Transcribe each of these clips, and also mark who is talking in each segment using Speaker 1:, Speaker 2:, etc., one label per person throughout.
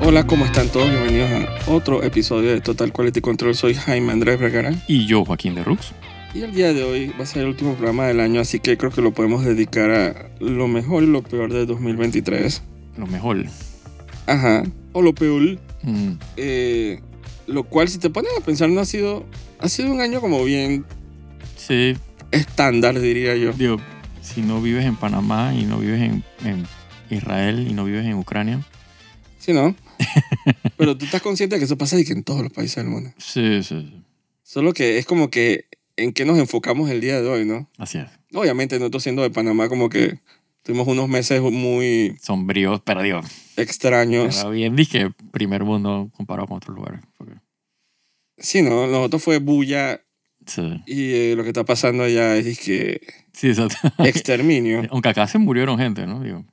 Speaker 1: Hola, ¿cómo están todos? Bienvenidos a otro episodio de Total Quality Control. Soy Jaime Andrés Vergara
Speaker 2: Y yo, Joaquín de Rux.
Speaker 1: y el día de hoy va a ser el último programa del año, así que creo que lo podemos dedicar a lo mejor y lo peor de 2023.
Speaker 2: Lo mejor.
Speaker 1: Ajá, o lo peor.
Speaker 2: Mm,
Speaker 1: Eh, lo cual, si te pones a pensar, no ha sido, ha sido un año como bien
Speaker 2: Sí,
Speaker 1: estándar, diría yo.
Speaker 2: digo, si no vives en Panamá y no vives en, en Israel y no vives en Ucrania.
Speaker 1: ¿Sí, no? Pero tú estás consciente de que eso pasa y que en todos los países del mundo.
Speaker 2: Sí, sí, sí.
Speaker 1: Solo que es como que en qué nos enfocamos el día de hoy, ¿no?
Speaker 2: Así es.
Speaker 1: Obviamente nosotros siendo de Panamá como que tuvimos unos meses muy
Speaker 2: Sombríos, pero digo,
Speaker 1: extraños.
Speaker 2: pero bien dije primer mundo comparado con otros lugares. porque-
Speaker 1: Sí, ¿no? Nosotros fue bulla
Speaker 2: Sí,
Speaker 1: y eh, lo que está pasando allá es que
Speaker 2: sí, exacto.
Speaker 1: exterminio.
Speaker 2: Aunque acá se murieron gente, ¿no? Digo,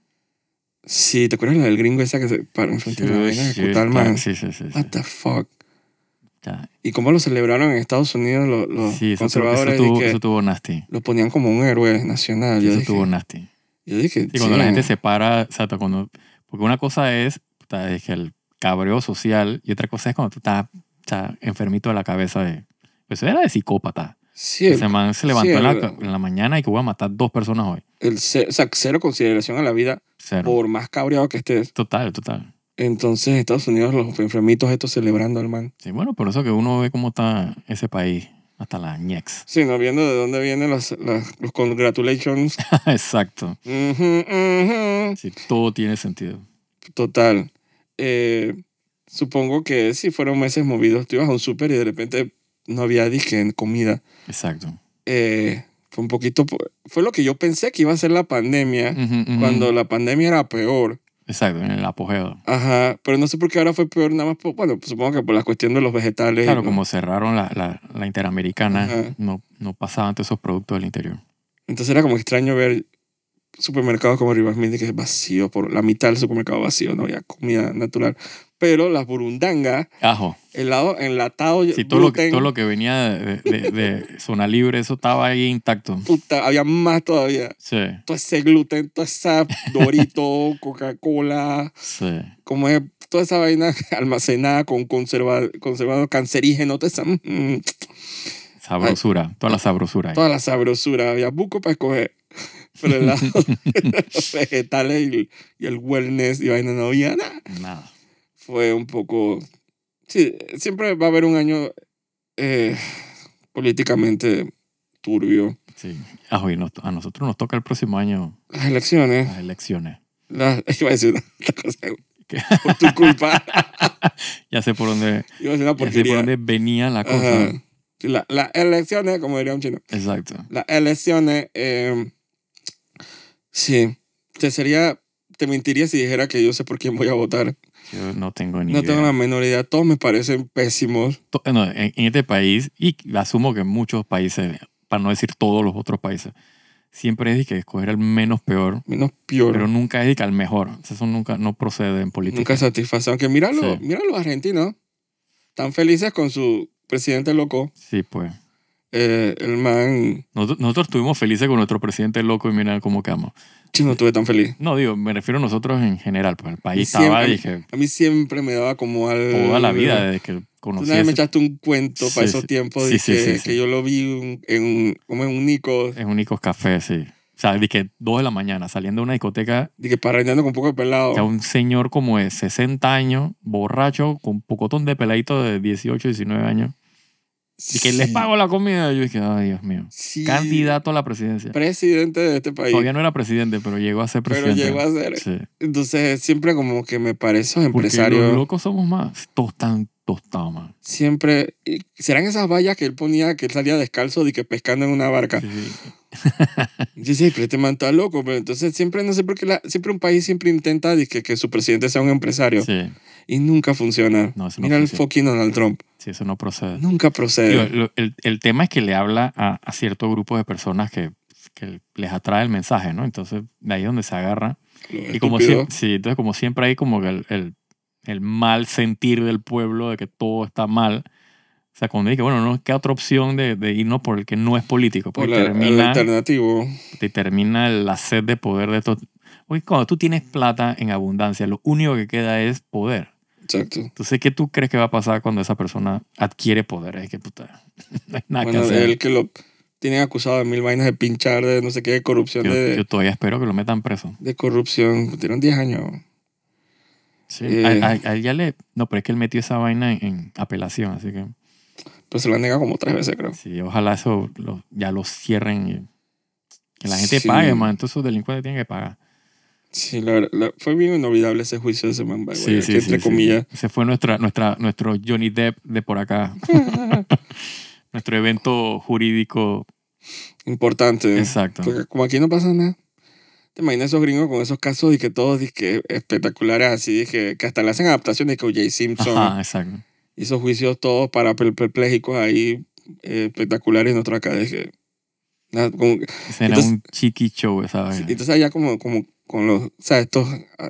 Speaker 1: Sí, ¿te acuerdas la del gringo esa que se paró enfrente de la vaina de
Speaker 2: sí,
Speaker 1: Cutal,
Speaker 2: claro,
Speaker 1: man?
Speaker 2: sí, sí, sí, sí.
Speaker 1: What the fuck?
Speaker 2: Ya,
Speaker 1: ¿Y cómo lo celebraron en Estados Unidos los, los
Speaker 2: sí, eso, tuvo- eso
Speaker 1: conservadores?
Speaker 2: tuvo,
Speaker 1: Dizque
Speaker 2: eso tuvo nasty.
Speaker 1: lo ponían como un héroe nacional. Yo
Speaker 2: Eso
Speaker 1: dije,
Speaker 2: tuvo nasty.
Speaker 1: yo dije,
Speaker 2: Sí, cuando
Speaker 1: sí,
Speaker 2: la gente se para, exacto, cuando, porque una cosa es, puta, es que el cabreo social y otra cosa es cuando tú estás está enfermito de la cabeza de... Pues era de psicópata.
Speaker 1: sí,
Speaker 2: Ese man se levantó
Speaker 1: sí,
Speaker 2: en, la,
Speaker 1: el-
Speaker 2: en la mañana y que voy a matar dos personas hoy.
Speaker 1: el ce- o sea, cero consideración a la vida,
Speaker 2: Cero.
Speaker 1: por más cabreado que estés.
Speaker 2: Total, total.
Speaker 1: Entonces, Estados Unidos, los enfermitos estos celebrando al man.
Speaker 2: Sí, bueno, por eso que uno ve cómo está ese país, hasta la ñex.
Speaker 1: Sí, no viendo de dónde vienen las, las- los congratulations.
Speaker 2: Exacto.
Speaker 1: Ujú, ujú.
Speaker 2: Sí, todo tiene sentido.
Speaker 1: Total. Eh, supongo que si fueron meses movidos, tú ibas a un súper y de repente no había disque comida.
Speaker 2: Exacto.
Speaker 1: Eh, fue un poquito. po- Fue lo que yo pensé que iba a ser la pandemia,
Speaker 2: Ujú, ujú.
Speaker 1: cuando Eh, la pandemia era peor.
Speaker 2: Exacto, en el apogeo.
Speaker 1: Ajá, pero no sé por qué ahora fue peor, nada más. por- bueno, supongo que por la cuestión de los vegetales. y
Speaker 2: Claro,
Speaker 1: los-
Speaker 2: como cerraron la, la, la interamericana,
Speaker 1: Ajá.
Speaker 2: no, no pasaban todos esos productos del interior.
Speaker 1: Entonces era como extraño ver supermercados como Rivas Midi que es vacío, por la mitad del supermercado vacío, no había comida natural. Pero las burundangas,
Speaker 2: Ajo.
Speaker 1: helado enlatado,
Speaker 2: Sí, todo lo, que,
Speaker 1: Eh, gluten,
Speaker 2: todo lo que venía de, de- de zona libre, eso estaba ahí intacto.
Speaker 1: puta, había más todavía.
Speaker 2: Sí,
Speaker 1: Todo ese gluten, toda esa Dorito, Coca-Cola,
Speaker 2: sí.
Speaker 1: como es toda esa vaina almacenada con conserva, conservado cancerígeno, toda esa, mm,
Speaker 2: Sabrosura, toda la sabrosura. ahí.
Speaker 1: toda la sabrosura, había buco para escoger. Pero el lado de los vegetales y el, y el wellness y vaina no había nada.
Speaker 2: Nada.
Speaker 1: fue un poco... Sí, siempre va a haber un año eh, políticamente turbio.
Speaker 2: Sí. Ajo, y nos- a nosotros nos toca el próximo año
Speaker 1: Las elecciones,
Speaker 2: las elecciones.
Speaker 1: las... iba a decir una otra cosa,
Speaker 2: ¿Qué?
Speaker 1: por tu culpa,
Speaker 2: Ya sé por dónde,
Speaker 1: iba a decir una
Speaker 2: ya sé por
Speaker 1: porquería.
Speaker 2: dónde venía la cosa.
Speaker 1: Ajá. Sí, la- las elecciones, como diría un chino,
Speaker 2: Exacto.
Speaker 1: las elecciones, eh, sí, te sería, te mentiría si dijera que yo sé por quién voy a votar.
Speaker 2: Yo no tengo ni
Speaker 1: No
Speaker 2: idea.
Speaker 1: tengo la menor idea, todos me parecen pésimos.
Speaker 2: To- no, en, en este país, y asumo que en muchos países, para no decir todos los otros países, siempre es de que escoger el menos peor,
Speaker 1: Menos peor.
Speaker 2: pero nunca es de que al mejor. O sea, Eso nunca no procede en política.
Speaker 1: Nunca satisfacción. Que míralo,
Speaker 2: Sí.
Speaker 1: mira los argentinos. Tan felices con su presidente loco.
Speaker 2: Sí, pues.
Speaker 1: Eh, el man.
Speaker 2: Nosotros, nosotros estuvimos felices con nuestro presidente loco y mira cómo quedamos.
Speaker 1: Yo no estuve tan feliz.
Speaker 2: No, digo, me refiero a nosotros en general, pues el país
Speaker 1: Y siempre-
Speaker 2: estaba, dije,
Speaker 1: A mí siempre me daba como al.
Speaker 2: toda la vida desde que
Speaker 1: Tú
Speaker 2: conocí
Speaker 1: una vez me
Speaker 2: ese-
Speaker 1: echaste un cuento
Speaker 2: Sí,
Speaker 1: para esos
Speaker 2: sí.
Speaker 1: tiempos
Speaker 2: Sí,
Speaker 1: de
Speaker 2: sí,
Speaker 1: que,
Speaker 2: sí, sí.
Speaker 1: que yo lo vi un- en un, como en un Nico,
Speaker 2: en únicos cafés, sí. O sea, dije, dos de la mañana, saliendo de una discoteca,
Speaker 1: de que parrandeando con un poco de pelado.
Speaker 2: ya un señor como de 60 años, borracho, con un pocotón de peladito de 18, 19 años, y que les
Speaker 1: Sí,
Speaker 2: pago la comida. Yo dije, ay, Dios mío.
Speaker 1: sí,
Speaker 2: Candidato a la presidencia.
Speaker 1: Presidente de este país.
Speaker 2: Todavía no era presidente, pero llegó a ser
Speaker 1: pero
Speaker 2: presidente.
Speaker 1: llegó a ser.
Speaker 2: Sí.
Speaker 1: Entonces, siempre como que me parece esos
Speaker 2: Porque
Speaker 1: empresarios.
Speaker 2: los locos somos más. Todos tan tostados, man.
Speaker 1: siempre y serán esas vallas que él ponía que él salía descalzo y que pescando en una barca
Speaker 2: Sí, sí.
Speaker 1: yo decía "Ay, pero este man está loco pero entonces siempre no sé por qué la- siempre un país siempre intenta de que, que su presidente sea un empresario
Speaker 2: Sí,
Speaker 1: y nunca funciona
Speaker 2: no, eso no
Speaker 1: mira el
Speaker 2: funciona.
Speaker 1: fucking Donald Trump
Speaker 2: Sí, eso no procede.
Speaker 1: nunca procede
Speaker 2: Digo, lo- el, el tema es que le habla a, a cierto grupo de personas que, que les atrae el mensaje, ¿no? Entonces, de ahí es donde se agarra.
Speaker 1: Lo
Speaker 2: Y como,
Speaker 1: estúpido.
Speaker 2: siem- sí, entonces como siempre hay como que el, el, el mal sentir del pueblo de que todo está mal. O sea, cuando dije, bueno, no queda otra opción de, de irnos por el que no es político.
Speaker 1: por
Speaker 2: Porque
Speaker 1: la- el
Speaker 2: termina,
Speaker 1: alternativo
Speaker 2: te termina la sed de poder de todo. Porque cuando tú tienes plata en abundancia, lo único que queda es poder.
Speaker 1: Exacto.
Speaker 2: Entonces, ¿qué tú crees que va a pasar cuando esa persona adquiere poder? Es que puta, no hay nada
Speaker 1: Bueno,
Speaker 2: que hacer.
Speaker 1: él que lo tienen acusado de mil vainas de pinchar, de no sé qué, de corrupción,
Speaker 2: Yo,
Speaker 1: de,
Speaker 2: yo todavía espero que lo metan preso.
Speaker 1: de corrupción. Tienen 10 años.
Speaker 2: Sí.
Speaker 1: Eh.
Speaker 2: A, a- a él ya le... No, pero es que él metió esa vaina en, en apelación, así que...
Speaker 1: Pero se lo han negado como tres veces, creo.
Speaker 2: Sí, ojalá eso lo- ya lo cierren y que la gente
Speaker 1: Sí.
Speaker 2: pague, man. Entonces esos delincuentes tienen que pagar.
Speaker 1: Sí, la verdad, la- fue bien inolvidable ese juicio de ese man, by the way, que entre
Speaker 2: sí.
Speaker 1: comillas.
Speaker 2: Ese fue nuestra, nuestra, nuestro Johnny Depp de por acá. nuestro evento jurídico.
Speaker 1: Importante.
Speaker 2: Exacto.
Speaker 1: Porque como aquí no pasa nada. ¿Te imaginas esos gringos con esos casos y que todos dizque, espectaculares así, dizque, que hasta le hacen adaptaciones que O.J. Simpson
Speaker 2: Ajá, exacto.
Speaker 1: hizo juicios todos para per- perpléjicos ahí eh, espectaculares y nosotros acá dije, nada, como que-
Speaker 2: Ese era
Speaker 1: Entonces-
Speaker 2: un chiqui show esa vaina.
Speaker 1: entonces allá como, como con los, o sea, estos ah,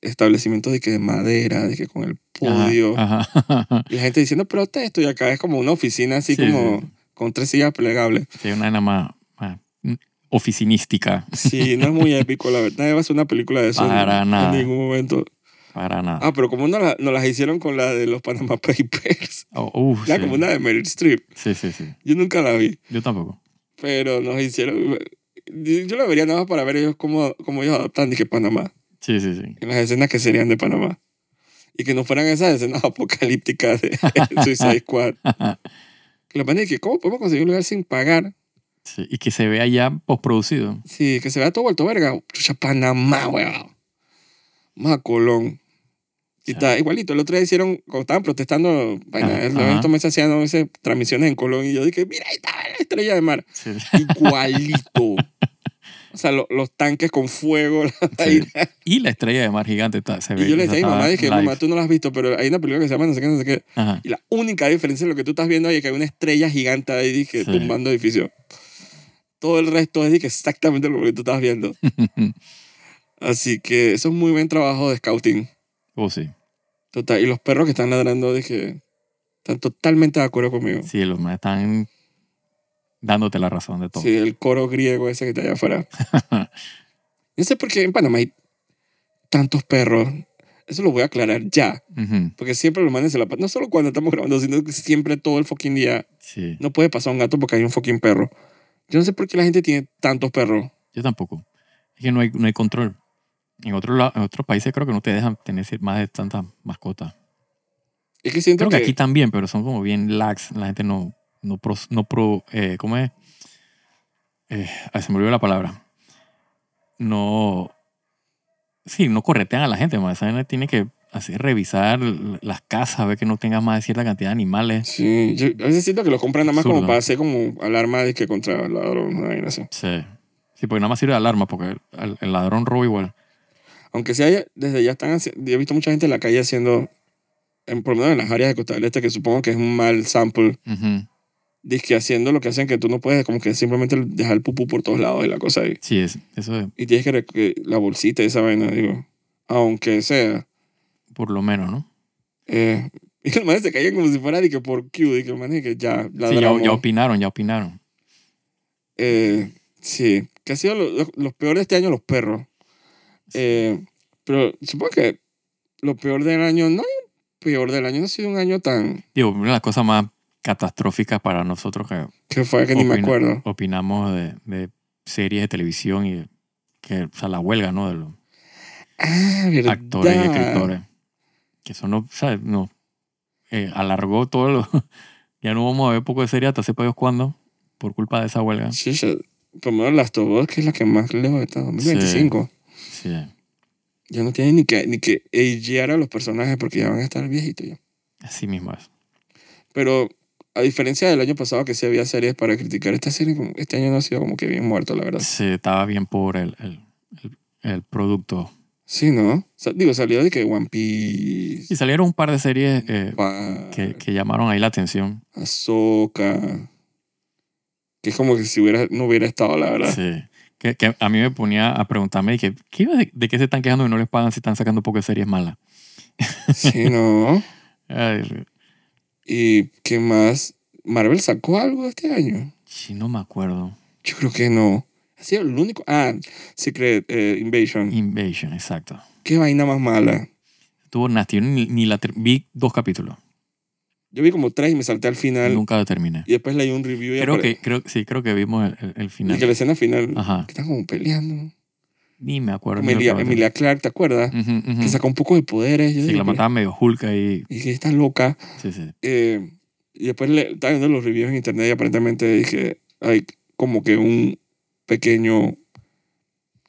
Speaker 1: establecimientos de que de madera, de que con el
Speaker 2: Ajá,
Speaker 1: podio,
Speaker 2: ajá.
Speaker 1: y la gente diciendo protesto y acá es como una oficina así
Speaker 2: Sí,
Speaker 1: como
Speaker 2: sí.
Speaker 1: con tres sillas plegables.
Speaker 2: Sí, una vaina más, más oficinística.
Speaker 1: Sí, no es muy épico, la verdad. Nadie va a hacer una película de eso en-
Speaker 2: Para
Speaker 1: en,
Speaker 2: nada.
Speaker 1: ningún momento.
Speaker 2: Para nada.
Speaker 1: Ah, pero como nos, la- nos las hicieron con la de los Panama Papers,
Speaker 2: Oh, uh,
Speaker 1: la
Speaker 2: sí.
Speaker 1: como una de Meryl Streep,
Speaker 2: sí, sí, sí.
Speaker 1: yo nunca la vi,
Speaker 2: Yo tampoco.
Speaker 1: pero nos hicieron... Yo la vería nada más para ver ellos cómo, cómo ellos adaptan que Panamá,
Speaker 2: Sí, sí, sí.
Speaker 1: en las escenas que serían de Panamá. Y que no fueran esas escenas apocalípticas de Suicide Squad. Que Lo que pasa es que, ¿cómo podemos conseguir un lugar sin pagar?
Speaker 2: Sí, Y que se vea ya postproducido.
Speaker 1: Sí, que se vea todo vuelto verga. Chucha, Panamá, weón. Más Colón. Y
Speaker 2: Ya.
Speaker 1: está igualito. El otro día hicieron, cuando estaban protestando, vaina,
Speaker 2: Ajá,
Speaker 1: el
Speaker 2: Ah, ajá.
Speaker 1: evento me hacían a veces transmisiones en Colón y yo dije, mira, ahí está la estrella de mar.
Speaker 2: Sí.
Speaker 1: Igualito. o sea, lo- los tanques con fuego. la vaina.
Speaker 2: Y la estrella de mar gigante está, se ve.
Speaker 1: Y yo le decía a mi
Speaker 2: estaba
Speaker 1: mamá, dije,
Speaker 2: live.
Speaker 1: mamá, tú no la has visto, pero hay una película que se llama no sé qué, no sé qué.
Speaker 2: Ajá.
Speaker 1: Y la única diferencia de lo que tú estás viendo ahí es que hay una estrella gigante ahí, dije,
Speaker 2: Sí.
Speaker 1: tumbando edificios. Todo el resto es dije, exactamente lo que tú estás viendo. Así que eso es muy buen trabajo de scouting.
Speaker 2: oh, sí.
Speaker 1: Total. Y los perros que están ladrando, dije, están totalmente de acuerdo conmigo.
Speaker 2: Sí, los más están dándote la razón de todo.
Speaker 1: Sí, el coro griego ese que está allá afuera. No sé por qué en Panamá hay tantos perros. Eso lo voy a aclarar ya.
Speaker 2: Ujú,
Speaker 1: Porque siempre los manes se la pa- No solo cuando estamos grabando, sino que siempre todo el fucking día.
Speaker 2: sí.
Speaker 1: No puede pasar un gato porque hay un fucking perro. Yo no sé por qué la gente tiene tantos perros.
Speaker 2: Yo tampoco. Es que no hay, no hay control. En, otro lado- en otros países creo que no te dejan tener cier- más de tantas mascotas.
Speaker 1: Es que siento
Speaker 2: Creo que
Speaker 1: que,
Speaker 2: aquí también, pero son como bien lax. La gente no, no pro, no pro eh, ¿cómo es? Eh, ay, se me olvidó la palabra. No, sí, no corretean a la gente, más. Esa vaina tiene que así, revisar l- las casas, ver que no tengas más de cierta cantidad de animales.
Speaker 1: Sí, yo a veces siento que los compran nada más como
Speaker 2: Absurdo.
Speaker 1: para hacer como alarma de que contra ladrón, una vaina así.
Speaker 2: Sí. Sí, porque nada más sirve de alarma, porque el, el ladrón roba igual.
Speaker 1: Aunque sea, desde ya están haci- yo he visto mucha gente en la calle haciendo, en, por lo menos en las áreas de Costa del Este, que supongo que es un mal sample,
Speaker 2: Ujú.
Speaker 1: disque haciendo lo que hacen que tú no puedes, como que simplemente dejar el pupú por todos lados y la cosa ahí.
Speaker 2: Sí, es, eso es
Speaker 1: Y tienes que, rec- que la bolsita y esa vaina, digo, aunque sea.
Speaker 2: por lo menos, ¿no?
Speaker 1: eh, y los manes se callan como si fuera de que por Q, de que los manes que ya
Speaker 2: Sí, ya,
Speaker 1: ladramos.
Speaker 2: ya opinaron, ya opinaron.
Speaker 1: Eh, sí, que ha sido lo- lo- los peores de este año los perros. Eh, pero supongo que lo peor del año, no hay un peor del año, no ha sido un año tan
Speaker 2: Digo, una de las cosas más catastróficas para nosotros que
Speaker 1: que fue que ni me
Speaker 2: Opina-
Speaker 1: acuerdo.
Speaker 2: opinamos de, de series de televisión y que, o sea, la huelga, ¿no? De los
Speaker 1: Ah, verdad.
Speaker 2: actores y escritores. Que eso no, ¿sabes? No. Eh, alargó todo lo... ya no vamos a ver poco de serie hasta sepa Dios cuándo por culpa de esa huelga.
Speaker 1: Chicha, por lo menos las tobos, que es la que más lejos está, 2025.
Speaker 2: Sí.
Speaker 1: Ya no tienen ni que, ni que agear a los personajes porque ya van a estar viejitos ya.
Speaker 2: Así mismo es.
Speaker 1: Pero a diferencia del año pasado que sí había series para criticar, esta serie como- este año no ha sido como que bien muerto, la verdad.
Speaker 2: Sí, estaba bien pobre el, el, el- el producto.
Speaker 1: Sí, ¿no? Sa- digo, salió de que One Piece,
Speaker 2: Y salieron un par de series eh,
Speaker 1: Pa-
Speaker 2: que, que llamaron ahí la atención.
Speaker 1: Ahsoka. Que es como que si hubiera, no hubiera estado, la verdad.
Speaker 2: Sí. Que, que a mí me ponía a preguntarme y que, ¿qué, de, de qué se están quejando y no les pagan si están sacando poco de series malas?
Speaker 1: Sí, ¿no?
Speaker 2: Ay,
Speaker 1: ¿Y qué más? ¿Marvel sacó algo este año?
Speaker 2: sí, no me acuerdo.
Speaker 1: Yo creo que no. Ha sido el único. Ah, Secret eh, Invasion.
Speaker 2: Invasion, exacto.
Speaker 1: Qué vaina más mala.
Speaker 2: Estuvo nasty. Yo ni, ni la ter- vi dos capítulos.
Speaker 1: Yo vi como tres y me salté al final.
Speaker 2: Nunca lo terminé.
Speaker 1: Y después leí un review. y
Speaker 2: Creo
Speaker 1: apare-
Speaker 2: que, Ah. creo, sí, creo que vimos el, el- el
Speaker 1: Y que
Speaker 2: final.
Speaker 1: la escena final.
Speaker 2: Ajá.
Speaker 1: Que están como peleando.
Speaker 2: Ni me acuerdo. ni
Speaker 1: Emilia,
Speaker 2: lo que va a
Speaker 1: Emilia Clark, ¿te acuerdas?
Speaker 2: ser. Ujú, ujú.
Speaker 1: Que sacó un poco de poderes. Yo
Speaker 2: Sí, que
Speaker 1: dije,
Speaker 2: la
Speaker 1: pero-
Speaker 2: mataba medio Hulk ahí.
Speaker 1: Y que está loca.
Speaker 2: Sí, sí.
Speaker 1: Eh, y después le, estaba viendo los reviews en internet y aparentemente dije, hay como que un pequeño,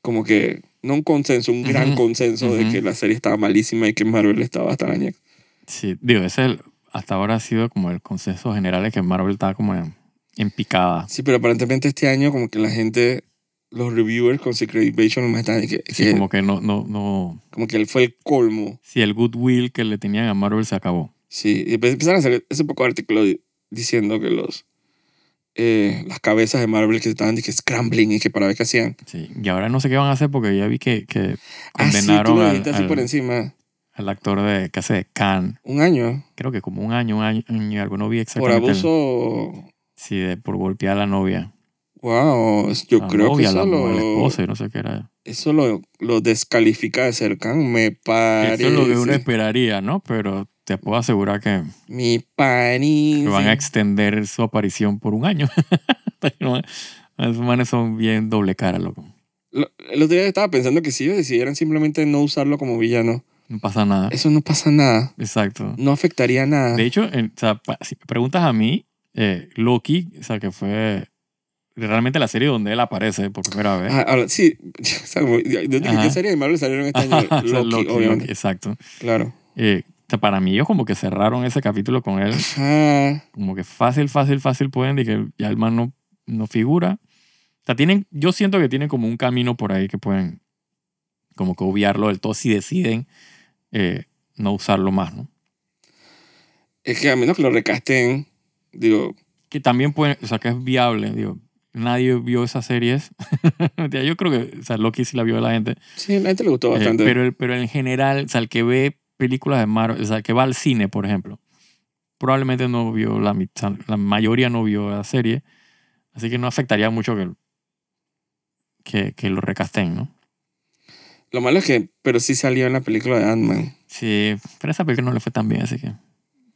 Speaker 1: como que, no un consenso, un gran
Speaker 2: Ujú,
Speaker 1: consenso de
Speaker 2: ujú.
Speaker 1: que la serie estaba malísima y que Marvel estaba hasta la ñeca.
Speaker 2: Sí, digo, ese el- hasta ahora ha sido como el consenso general de que Marvel estaba como en, en picada.
Speaker 1: Sí, pero aparentemente este año como que la gente, los reviewers con Secret Invasion nomás estaban, que,
Speaker 2: Sí,
Speaker 1: que- como...
Speaker 2: como que no, no, no.
Speaker 1: que él fue el colmo.
Speaker 2: Si el goodwill que le tenían a Marvel se acabó.
Speaker 1: Sí, y empe- empezaron a hacer ese poco de artículo di- diciendo que los... eh, las cabezas de Marvel que estaban dije, scrambling y que para ver qué hacían.
Speaker 2: Sí. Y ahora no sé qué van a hacer porque ya vi que, que
Speaker 1: Ah, sí, tú
Speaker 2: condenaron
Speaker 1: lo
Speaker 2: al-
Speaker 1: dijiste así
Speaker 2: al,
Speaker 1: por encima.
Speaker 2: al actor de que hace de Khan.
Speaker 1: Un año.
Speaker 2: Creo que como un año, un año, un año y algo. No vi
Speaker 1: Por
Speaker 2: exactamente. el-
Speaker 1: abuso.
Speaker 2: sí, de- por golpear a la novia.
Speaker 1: Wow. Yo
Speaker 2: La
Speaker 1: creo que
Speaker 2: novia, la,
Speaker 1: eso
Speaker 2: mu- la
Speaker 1: lo,
Speaker 2: esposa, y no sé qué era.
Speaker 1: eso lo, lo descalifica de ser Khan. Me parece.
Speaker 2: Eso es lo que uno esperaría, ¿no? Pero te puedo asegurar que,
Speaker 1: Mi parece.
Speaker 2: que van a extender su aparición por un año. No, Esos manes son bien doble cara, loco.
Speaker 1: Lo- El otro día estaba pensando que si ellos decidieran simplemente no usarlo como villano,
Speaker 2: No pasa nada.
Speaker 1: eso no pasa nada.
Speaker 2: Exacto.
Speaker 1: No afectaría nada.
Speaker 2: De hecho, en- o sea, pa- si me preguntas a mí, eh, Loki, o sea, que fue realmente la serie donde él aparece por primera vez.
Speaker 1: Ah, ahora, sí, o sea, como- ¿de dónde que
Speaker 2: Ajá.
Speaker 1: qué serie de Marvel salieron este año?
Speaker 2: O sea,
Speaker 1: Loki, obviamente.
Speaker 2: exacto.
Speaker 1: Claro.
Speaker 2: Eh, o sea, para mí ellos como que cerraron ese capítulo con él,
Speaker 1: Ajá.
Speaker 2: como que fácil, fácil, fácil pueden, y que ya el man no, no figura. O sea, tienen, yo siento que tienen como un camino por ahí que pueden como que obviarlo del todo si deciden eh, no usarlo más, ¿no?
Speaker 1: Es que a menos que lo recasten, digo,
Speaker 2: que también puede, o sea, que es viable, digo. Nadie vio esas series. Mentira, Yo creo que, o sea, Loki sí la vio la gente.
Speaker 1: sí, a la gente le gustó
Speaker 2: Eh,
Speaker 1: bastante.
Speaker 2: pero, el- pero en general, o sea, el que ve películas de Marvel, o sea, el que va al cine, por ejemplo, probablemente no vio la mitad, la mayoría no vio la serie. Así que no afectaría mucho que, que, que lo recasten, ¿no?
Speaker 1: Lo malo es que, pero sí salió en la película de Ant-Man.
Speaker 2: Sí, pero esa película no le fue tan bien, así que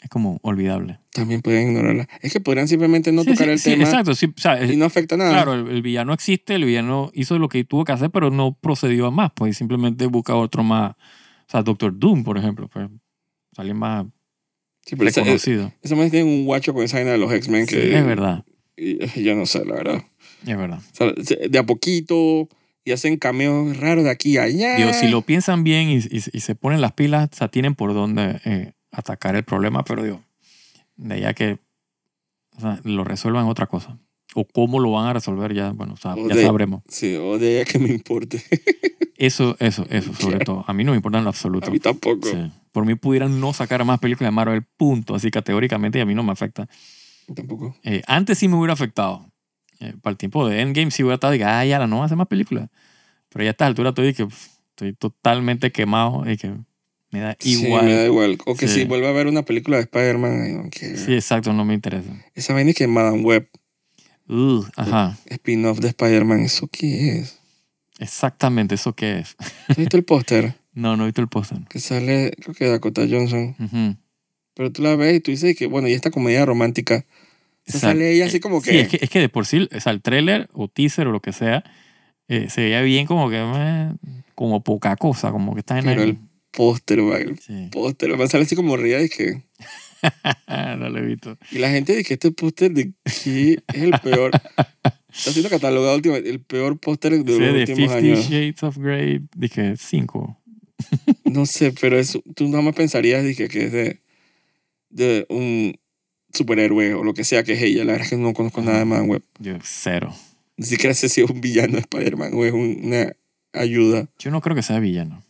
Speaker 2: es como olvidable.
Speaker 1: También pueden ignorarla. Es que podrían simplemente no
Speaker 2: Sí,
Speaker 1: tocar
Speaker 2: sí,
Speaker 1: el
Speaker 2: sí,
Speaker 1: tema
Speaker 2: Exacto, sí, o sea, es-
Speaker 1: y no afecta nada.
Speaker 2: Claro, el, el villano existe, el villano hizo lo que tuvo que hacer, pero no procedió a más, pues y simplemente busca otro más. O sea, Doctor Doom, por ejemplo, pues sale más
Speaker 1: Sí, pero esa- eh, es-
Speaker 2: reconocido.
Speaker 1: Esa más tienen un guacho con esa vaina de los X-Men
Speaker 2: Sí,
Speaker 1: que.
Speaker 2: es verdad,
Speaker 1: y- eh, yo no sé, la verdad.
Speaker 2: es verdad.
Speaker 1: O sea, se- de a poquito y hacen cameos raros de aquí a allá.
Speaker 2: Digo, si lo piensan bien y, y- y se ponen las pilas, o sea, tienen por dónde eh, atacar el problema, pero digo, de allá que o sea, lo resuelvan es otra cosa. O cómo lo van a resolver ya, bueno, o sea,
Speaker 1: O
Speaker 2: ya
Speaker 1: de-
Speaker 2: sabremos.
Speaker 1: Sí, o de ella que me importe.
Speaker 2: Eso, eso, eso, sobre todo. A mí no me importa en lo absoluto.
Speaker 1: A mí tampoco.
Speaker 2: Sí. Por mí pudieran no sacar más películas de Marvel, punto. Así categóricamente y a mí no me afecta.
Speaker 1: Tampoco.
Speaker 2: Eh, antes sí me hubiera afectado. Eh, para el tiempo de Endgame sí hubiera estado, diga, ah, ya la no va a hacer más películas. Pero ya a esta altura estoy, de que, pf, estoy totalmente quemado y que me da
Speaker 1: Sí, me
Speaker 2: igual.
Speaker 1: da igual. O que
Speaker 2: Sí.
Speaker 1: si vuelve a ver una película de Spider-Man, I don't care.
Speaker 2: Sí, exacto, no me interesa.
Speaker 1: Esa vaina es que Madame Web,
Speaker 2: Ugh, ajá,
Speaker 1: spin-off de Spider-Man, ¿eso qué es?
Speaker 2: exactamente, ¿eso qué es?
Speaker 1: ¿Has visto el póster?
Speaker 2: No, no he visto el póster.
Speaker 1: Que sale, creo que Dakota Johnson.
Speaker 2: Ujú.
Speaker 1: Pero tú la ves y tú dices que, bueno, y esta comedia romántica. O sea,
Speaker 2: Exacto.
Speaker 1: sale ella así como que.
Speaker 2: Eh, Sí, es que, es que de por sí, o sea, el trailer o teaser o lo que sea, eh, se veía bien como que, eh, como poca cosa, como que está en
Speaker 1: Pero
Speaker 2: ahí.
Speaker 1: el póster, va, el
Speaker 2: Sí.
Speaker 1: póster. Va a salir así como ría y que.
Speaker 2: ah, no lo he visto.
Speaker 1: Y la gente dice que este póster de aquí es el peor. Está siendo catalogado últimamente, el peor póster de
Speaker 2: Sí,
Speaker 1: los
Speaker 2: de
Speaker 1: últimos
Speaker 2: 50
Speaker 1: años.
Speaker 2: Shades of Grey, dije 5.
Speaker 1: No sé, pero eso, tú nada más pensarías dije, que es de, de un superhéroe o lo que sea que es ella. La verdad es que no conozco nada de Man Web.
Speaker 2: Yo, cero.
Speaker 1: Ni siquiera sé si es un villano de Spider-Man o es una ayuda.
Speaker 2: Yo no creo que sea villano.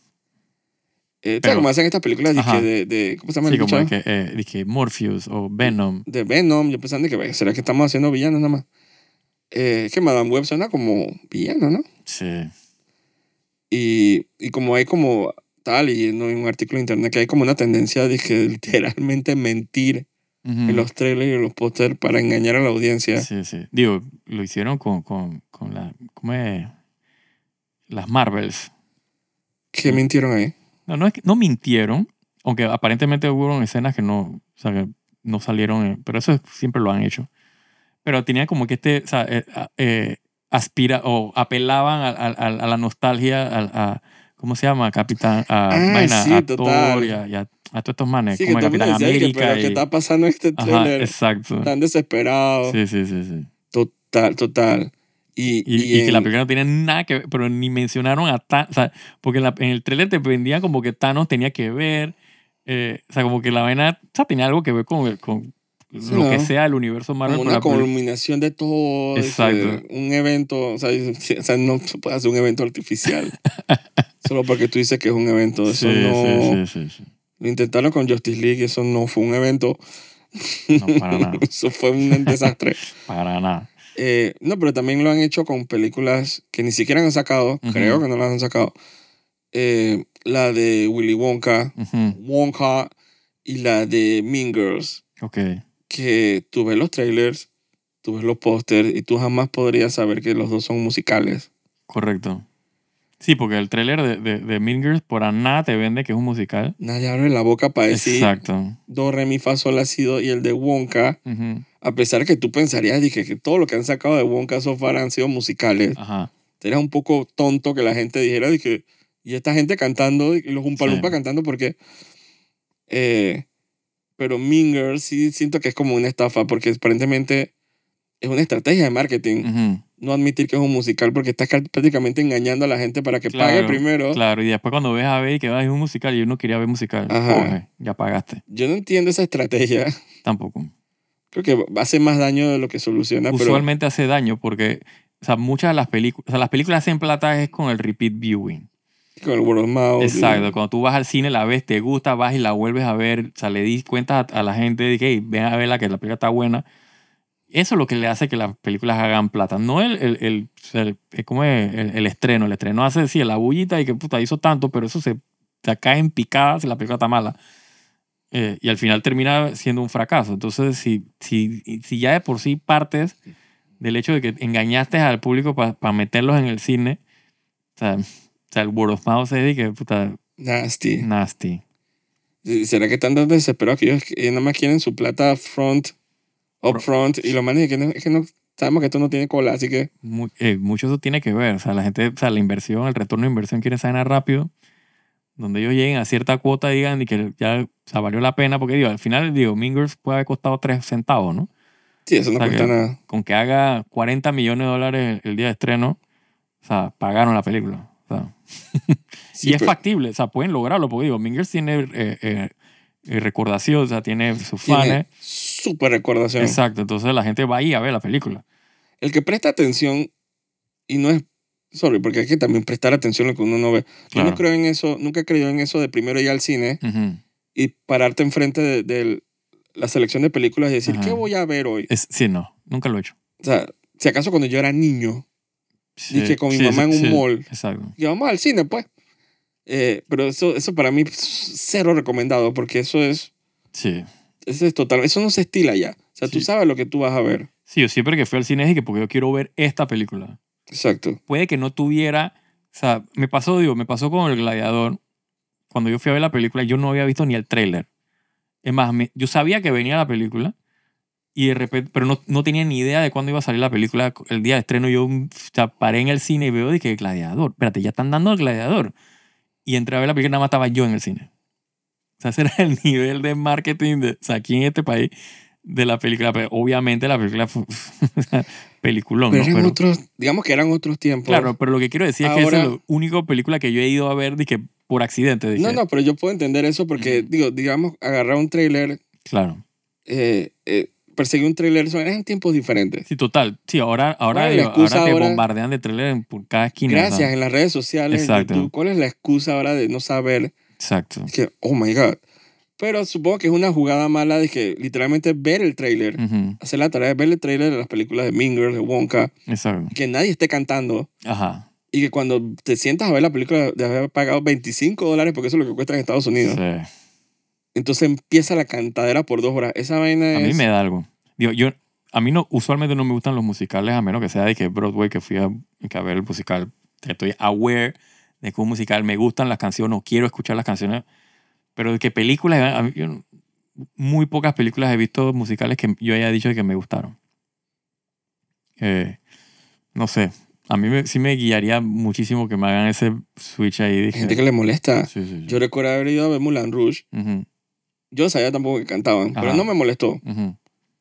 Speaker 1: Eh,
Speaker 2: Pero-
Speaker 1: ¿Sabes cómo hacen estas películas? Dije,
Speaker 2: Ajá.
Speaker 1: de, de, ¿Cómo se llama
Speaker 2: Sí,
Speaker 1: el
Speaker 2: como de
Speaker 1: bicho?
Speaker 2: que, eh, de que Morpheus o Venom.
Speaker 1: de Venom, yo pensando que será que estamos haciendo villanos nada más. Eh, es que Madame Web suena como villano, ¿no?
Speaker 2: Sí.
Speaker 1: Y, y como hay como tal, y en un artículo de internet que hay como una tendencia de que literalmente mentir
Speaker 2: Ujú.
Speaker 1: en los trailers y en los pósters para engañar a la audiencia.
Speaker 2: Mm. Sí, sí. Digo, lo hicieron con, con, con la, ¿cómo es? las Marvels.
Speaker 1: ¿Qué mintieron ahí?
Speaker 2: Eh, No, no, es que, no mintieron, Aunque aparentemente hubo escenas que no, o sea, que no salieron, eh, pero eso siempre lo han hecho. Pero tenía como que este, o sea, eh, a- eh, aspira o apelaban a, a- a- a la nostalgia, a, a- ¿cómo se llama? Capitán, a,
Speaker 1: Ah,
Speaker 2: vaina,
Speaker 1: sí,
Speaker 2: a
Speaker 1: total.
Speaker 2: Thor y a, y a- a todos estos manes,
Speaker 1: Sí, que
Speaker 2: como
Speaker 1: todo el mundo
Speaker 2: Capitán
Speaker 1: decía, que, pero
Speaker 2: América.
Speaker 1: ¿qué
Speaker 2: y-
Speaker 1: está pasando en este
Speaker 2: Ajá,
Speaker 1: trailer?
Speaker 2: exacto.
Speaker 1: Tan desesperado.
Speaker 2: Sí, sí, sí, sí.
Speaker 1: Total, total. Y,
Speaker 2: Y,
Speaker 1: y
Speaker 2: y que la
Speaker 1: en-
Speaker 2: película no tiene nada que ver, pero ni mencionaron a Thanos, o sea, porque en, la- en el trailer te vendían como que Thanos tenía que ver, eh, o sea, como que la vaina, o sea, tenía algo que ver con, con
Speaker 1: Sí,
Speaker 2: lo
Speaker 1: ¿no?
Speaker 2: que sea el universo Marvel.
Speaker 1: como
Speaker 2: pero
Speaker 1: una
Speaker 2: la peli-
Speaker 1: culminación de todo. dice,
Speaker 2: Exacto.
Speaker 1: un evento, o sea, dice, o sea, no se puede hacer un evento artificial. Solo porque tú dices que es un evento. Eso
Speaker 2: Sí,
Speaker 1: no...
Speaker 2: sí, sí, sí,
Speaker 1: Lo intentaron con Justice League y eso no fue un evento.
Speaker 2: sí. No, para nada,
Speaker 1: Eso fue un desastre.
Speaker 2: para nada.
Speaker 1: Eh, no, pero también lo han hecho con películas que ni siquiera han sacado.
Speaker 2: Ujú.
Speaker 1: Creo que no las han sacado. Eh, la de Willy Wonka,
Speaker 2: Ujú,
Speaker 1: Wonka y la de Mean Girls.
Speaker 2: Ok,
Speaker 1: Que tú ves los trailers, tú ves los pósters y tú jamás podrías saber que los dos son musicales.
Speaker 2: correcto. Sí, porque el trailer de, de, de Mean Girls por a nada te vende que es un musical.
Speaker 1: Nadie abre la boca para decir
Speaker 2: Exacto.
Speaker 1: do, re, mi, fa, sol, la, si, do y el de Wonka.
Speaker 2: Ujú,
Speaker 1: A pesar que tú pensarías, dije, que todo lo que han sacado de Wonka so far han sido musicales.
Speaker 2: Ajá.
Speaker 1: Sería un poco tonto que la gente dijera, dije, y esta gente cantando, y los Umpalumpa
Speaker 2: Sí.
Speaker 1: cantando, porque... eh, pero Minger sí siento que es como una estafa, porque aparentemente es una estrategia de marketing.
Speaker 2: ujú,
Speaker 1: No admitir que es un musical, porque estás ca- prácticamente engañando a la gente para que pague
Speaker 2: Claro,
Speaker 1: primero.
Speaker 2: Claro, y después cuando ves a ver y que "Ah, es un musical y yo no quería ver musical,
Speaker 1: Ajá.
Speaker 2: coge, ya pagaste.
Speaker 1: Yo no entiendo esa estrategia.
Speaker 2: Tampoco.
Speaker 1: Creo que hace más daño de lo que soluciona, pero...
Speaker 2: Usualmente hace daño porque, o sea, muchas de las películas, o sea, las películas hacen plata es con el repeat viewing.
Speaker 1: Con el word of mouth. y-
Speaker 2: Exacto, cuando tú vas al cine, la ves, te gusta, vas y la vuelves a ver, o sea, le dis cuenta a, a la gente de que, "Hey, ven a verla, que la película está buena. Eso es lo que le hace que las películas hagan plata. No el, el, el, el- el- ¿cómo es? El- el estreno. El estreno hace, sí, la bullita y que puta hizo tanto, pero eso se, se cae en picada si la película está mala. Eh, y al final termina siendo un fracaso. Entonces, si, si, si ya de por sí partes del hecho de que engañaste al público para meterlos en el cine, o sea, o sea, el word of mouth es de que puta,
Speaker 1: Nasty.
Speaker 2: nasty.
Speaker 1: Sí, ¿Será que están tan desesperados que ellos eh, nada más quieren su plata front, up
Speaker 2: Pro-
Speaker 1: front? Y lo manes que no, es que no sabemos que esto no tiene cola, así que
Speaker 2: Mu- eh, mucho eso tiene que ver. O sea, la gente, o sea, la inversión, el retorno de inversión quiere sanar rápido. Donde ellos lleguen a cierta cuota y digan y que ya o sea, valió la pena. Porque digo, al final, digo, Mean Girls puede haber costado 3 centavos, ¿no?
Speaker 1: sí, eso no
Speaker 2: O sea
Speaker 1: cuesta
Speaker 2: que-
Speaker 1: nada.
Speaker 2: Con que haga 40 millones de dólares el, el día de estreno, o sea, pagaron la película. O sea,
Speaker 1: Sí,
Speaker 2: y es
Speaker 1: pero-
Speaker 2: factible, o sea, pueden lograrlo. Porque digo, Mean Girls tiene eh, eh, eh, recordación, o sea, tiene sus
Speaker 1: tiene
Speaker 2: fans.
Speaker 1: súper recordación.
Speaker 2: eh. Exacto, entonces la gente va ahí a ver la película.
Speaker 1: El que presta atención y no es... Sorry, porque hay que también prestar atención a lo que uno no ve. Yo no
Speaker 2: Claro.
Speaker 1: creo en eso, nunca he creído en eso de primero ir al cine
Speaker 2: Ujú.
Speaker 1: y pararte enfrente de, de la selección de películas y decir,
Speaker 2: Ajá.
Speaker 1: ¿qué voy a ver hoy?
Speaker 2: Es- sí, no, nunca lo he hecho.
Speaker 1: O sea, si acaso cuando yo era niño,
Speaker 2: Sí,
Speaker 1: que con mi
Speaker 2: sí,
Speaker 1: mamá en
Speaker 2: sí,
Speaker 1: un
Speaker 2: sí,
Speaker 1: mall.
Speaker 2: Exacto.
Speaker 1: y vamos al cine, pues. Eh, pero eso, eso para mí es cero recomendado, porque eso es,
Speaker 2: Sí.
Speaker 1: eso es total, eso no se estila ya. O sea, tú
Speaker 2: Sí.
Speaker 1: sabes lo que tú vas a ver.
Speaker 2: Sí, yo siempre que fui al cine dije que porque yo quiero ver esta película.
Speaker 1: Exacto.
Speaker 2: Puede que no tuviera, o sea, me pasó, digo, me pasó con El Gladiador. Cuando yo fui a ver la película, yo no había visto ni el tráiler. Es más, me- yo sabía que venía la película y de repente, pero no, no tenía ni idea de cuándo iba a salir la película. El día de estreno yo mm, o sea, paré en el cine y veo, dije, Gladiador, espérate, ya están dando El Gladiador. Y entré a ver la película, nada más estaba yo en el cine. O sea, ese era el nivel de marketing, de, o sea, aquí en este país, de la película. Pero obviamente la película fue o sea, peliculón,
Speaker 1: pero
Speaker 2: ¿no?
Speaker 1: eran
Speaker 2: Pero-
Speaker 1: otros, digamos que eran otros tiempos.
Speaker 2: claro, pero lo que quiero decir es que esa es
Speaker 1: Ahora-
Speaker 2: la única película que yo he ido a ver dije, por accidente. Dije,
Speaker 1: No, no, pero yo puedo entender eso porque,
Speaker 2: Ujú.
Speaker 1: digo, digamos, agarrar un trailer,
Speaker 2: Claro.
Speaker 1: eh, eh, perseguir un trailer, son, eran tiempos diferentes.
Speaker 2: Sí, total. Sí, ahora, ahora,
Speaker 1: ¿Cuál es la
Speaker 2: digo, ahora
Speaker 1: excusa
Speaker 2: te
Speaker 1: ahora?
Speaker 2: bombardean de trailer en- por cada esquina.
Speaker 1: Gracias,
Speaker 2: ¿sabes?
Speaker 1: en las redes sociales, en
Speaker 2: Exacto.
Speaker 1: YouTube, ¿cuál es la excusa ahora de no saber?
Speaker 2: Exacto.
Speaker 1: Es que, oh my God. Pero supongo que es una jugada mala de que literalmente ver el trailer
Speaker 2: Ujú,
Speaker 1: hacer la tarea de ver el trailer de las películas de Mean Girls, de Wonka,
Speaker 2: Exacto.
Speaker 1: que nadie esté cantando
Speaker 2: Ajá.
Speaker 1: y que cuando te sientas a ver la película de haber pagado 25 dólares, porque eso es lo que cuesta en Estados Unidos,
Speaker 2: Sí.
Speaker 1: entonces empieza la cantadera por dos horas. Esa vaina
Speaker 2: A mí
Speaker 1: es...
Speaker 2: me da algo. Digo, yo, a mí no, usualmente no me gustan los musicales, a menos que sea de que Broadway, que fui a, que a ver el musical. Estoy aware de que un musical me gustan las canciones o quiero escuchar las canciones. Pero de que películas, a mí- yo no- muy pocas películas he visto musicales que yo haya dicho que me gustaron. Eh, no sé, a mí me- sí me guiaría muchísimo que me hagan ese switch ahí.
Speaker 1: Hay
Speaker 2: Dije,
Speaker 1: gente que le molesta.
Speaker 2: Sí, sí, sí.
Speaker 1: Yo recuerdo haber ido a ver Moulin Rouge.
Speaker 2: Ujú,
Speaker 1: Yo sabía tampoco que cantaban, pero
Speaker 2: Ajá.
Speaker 1: no me molestó.
Speaker 2: ujú.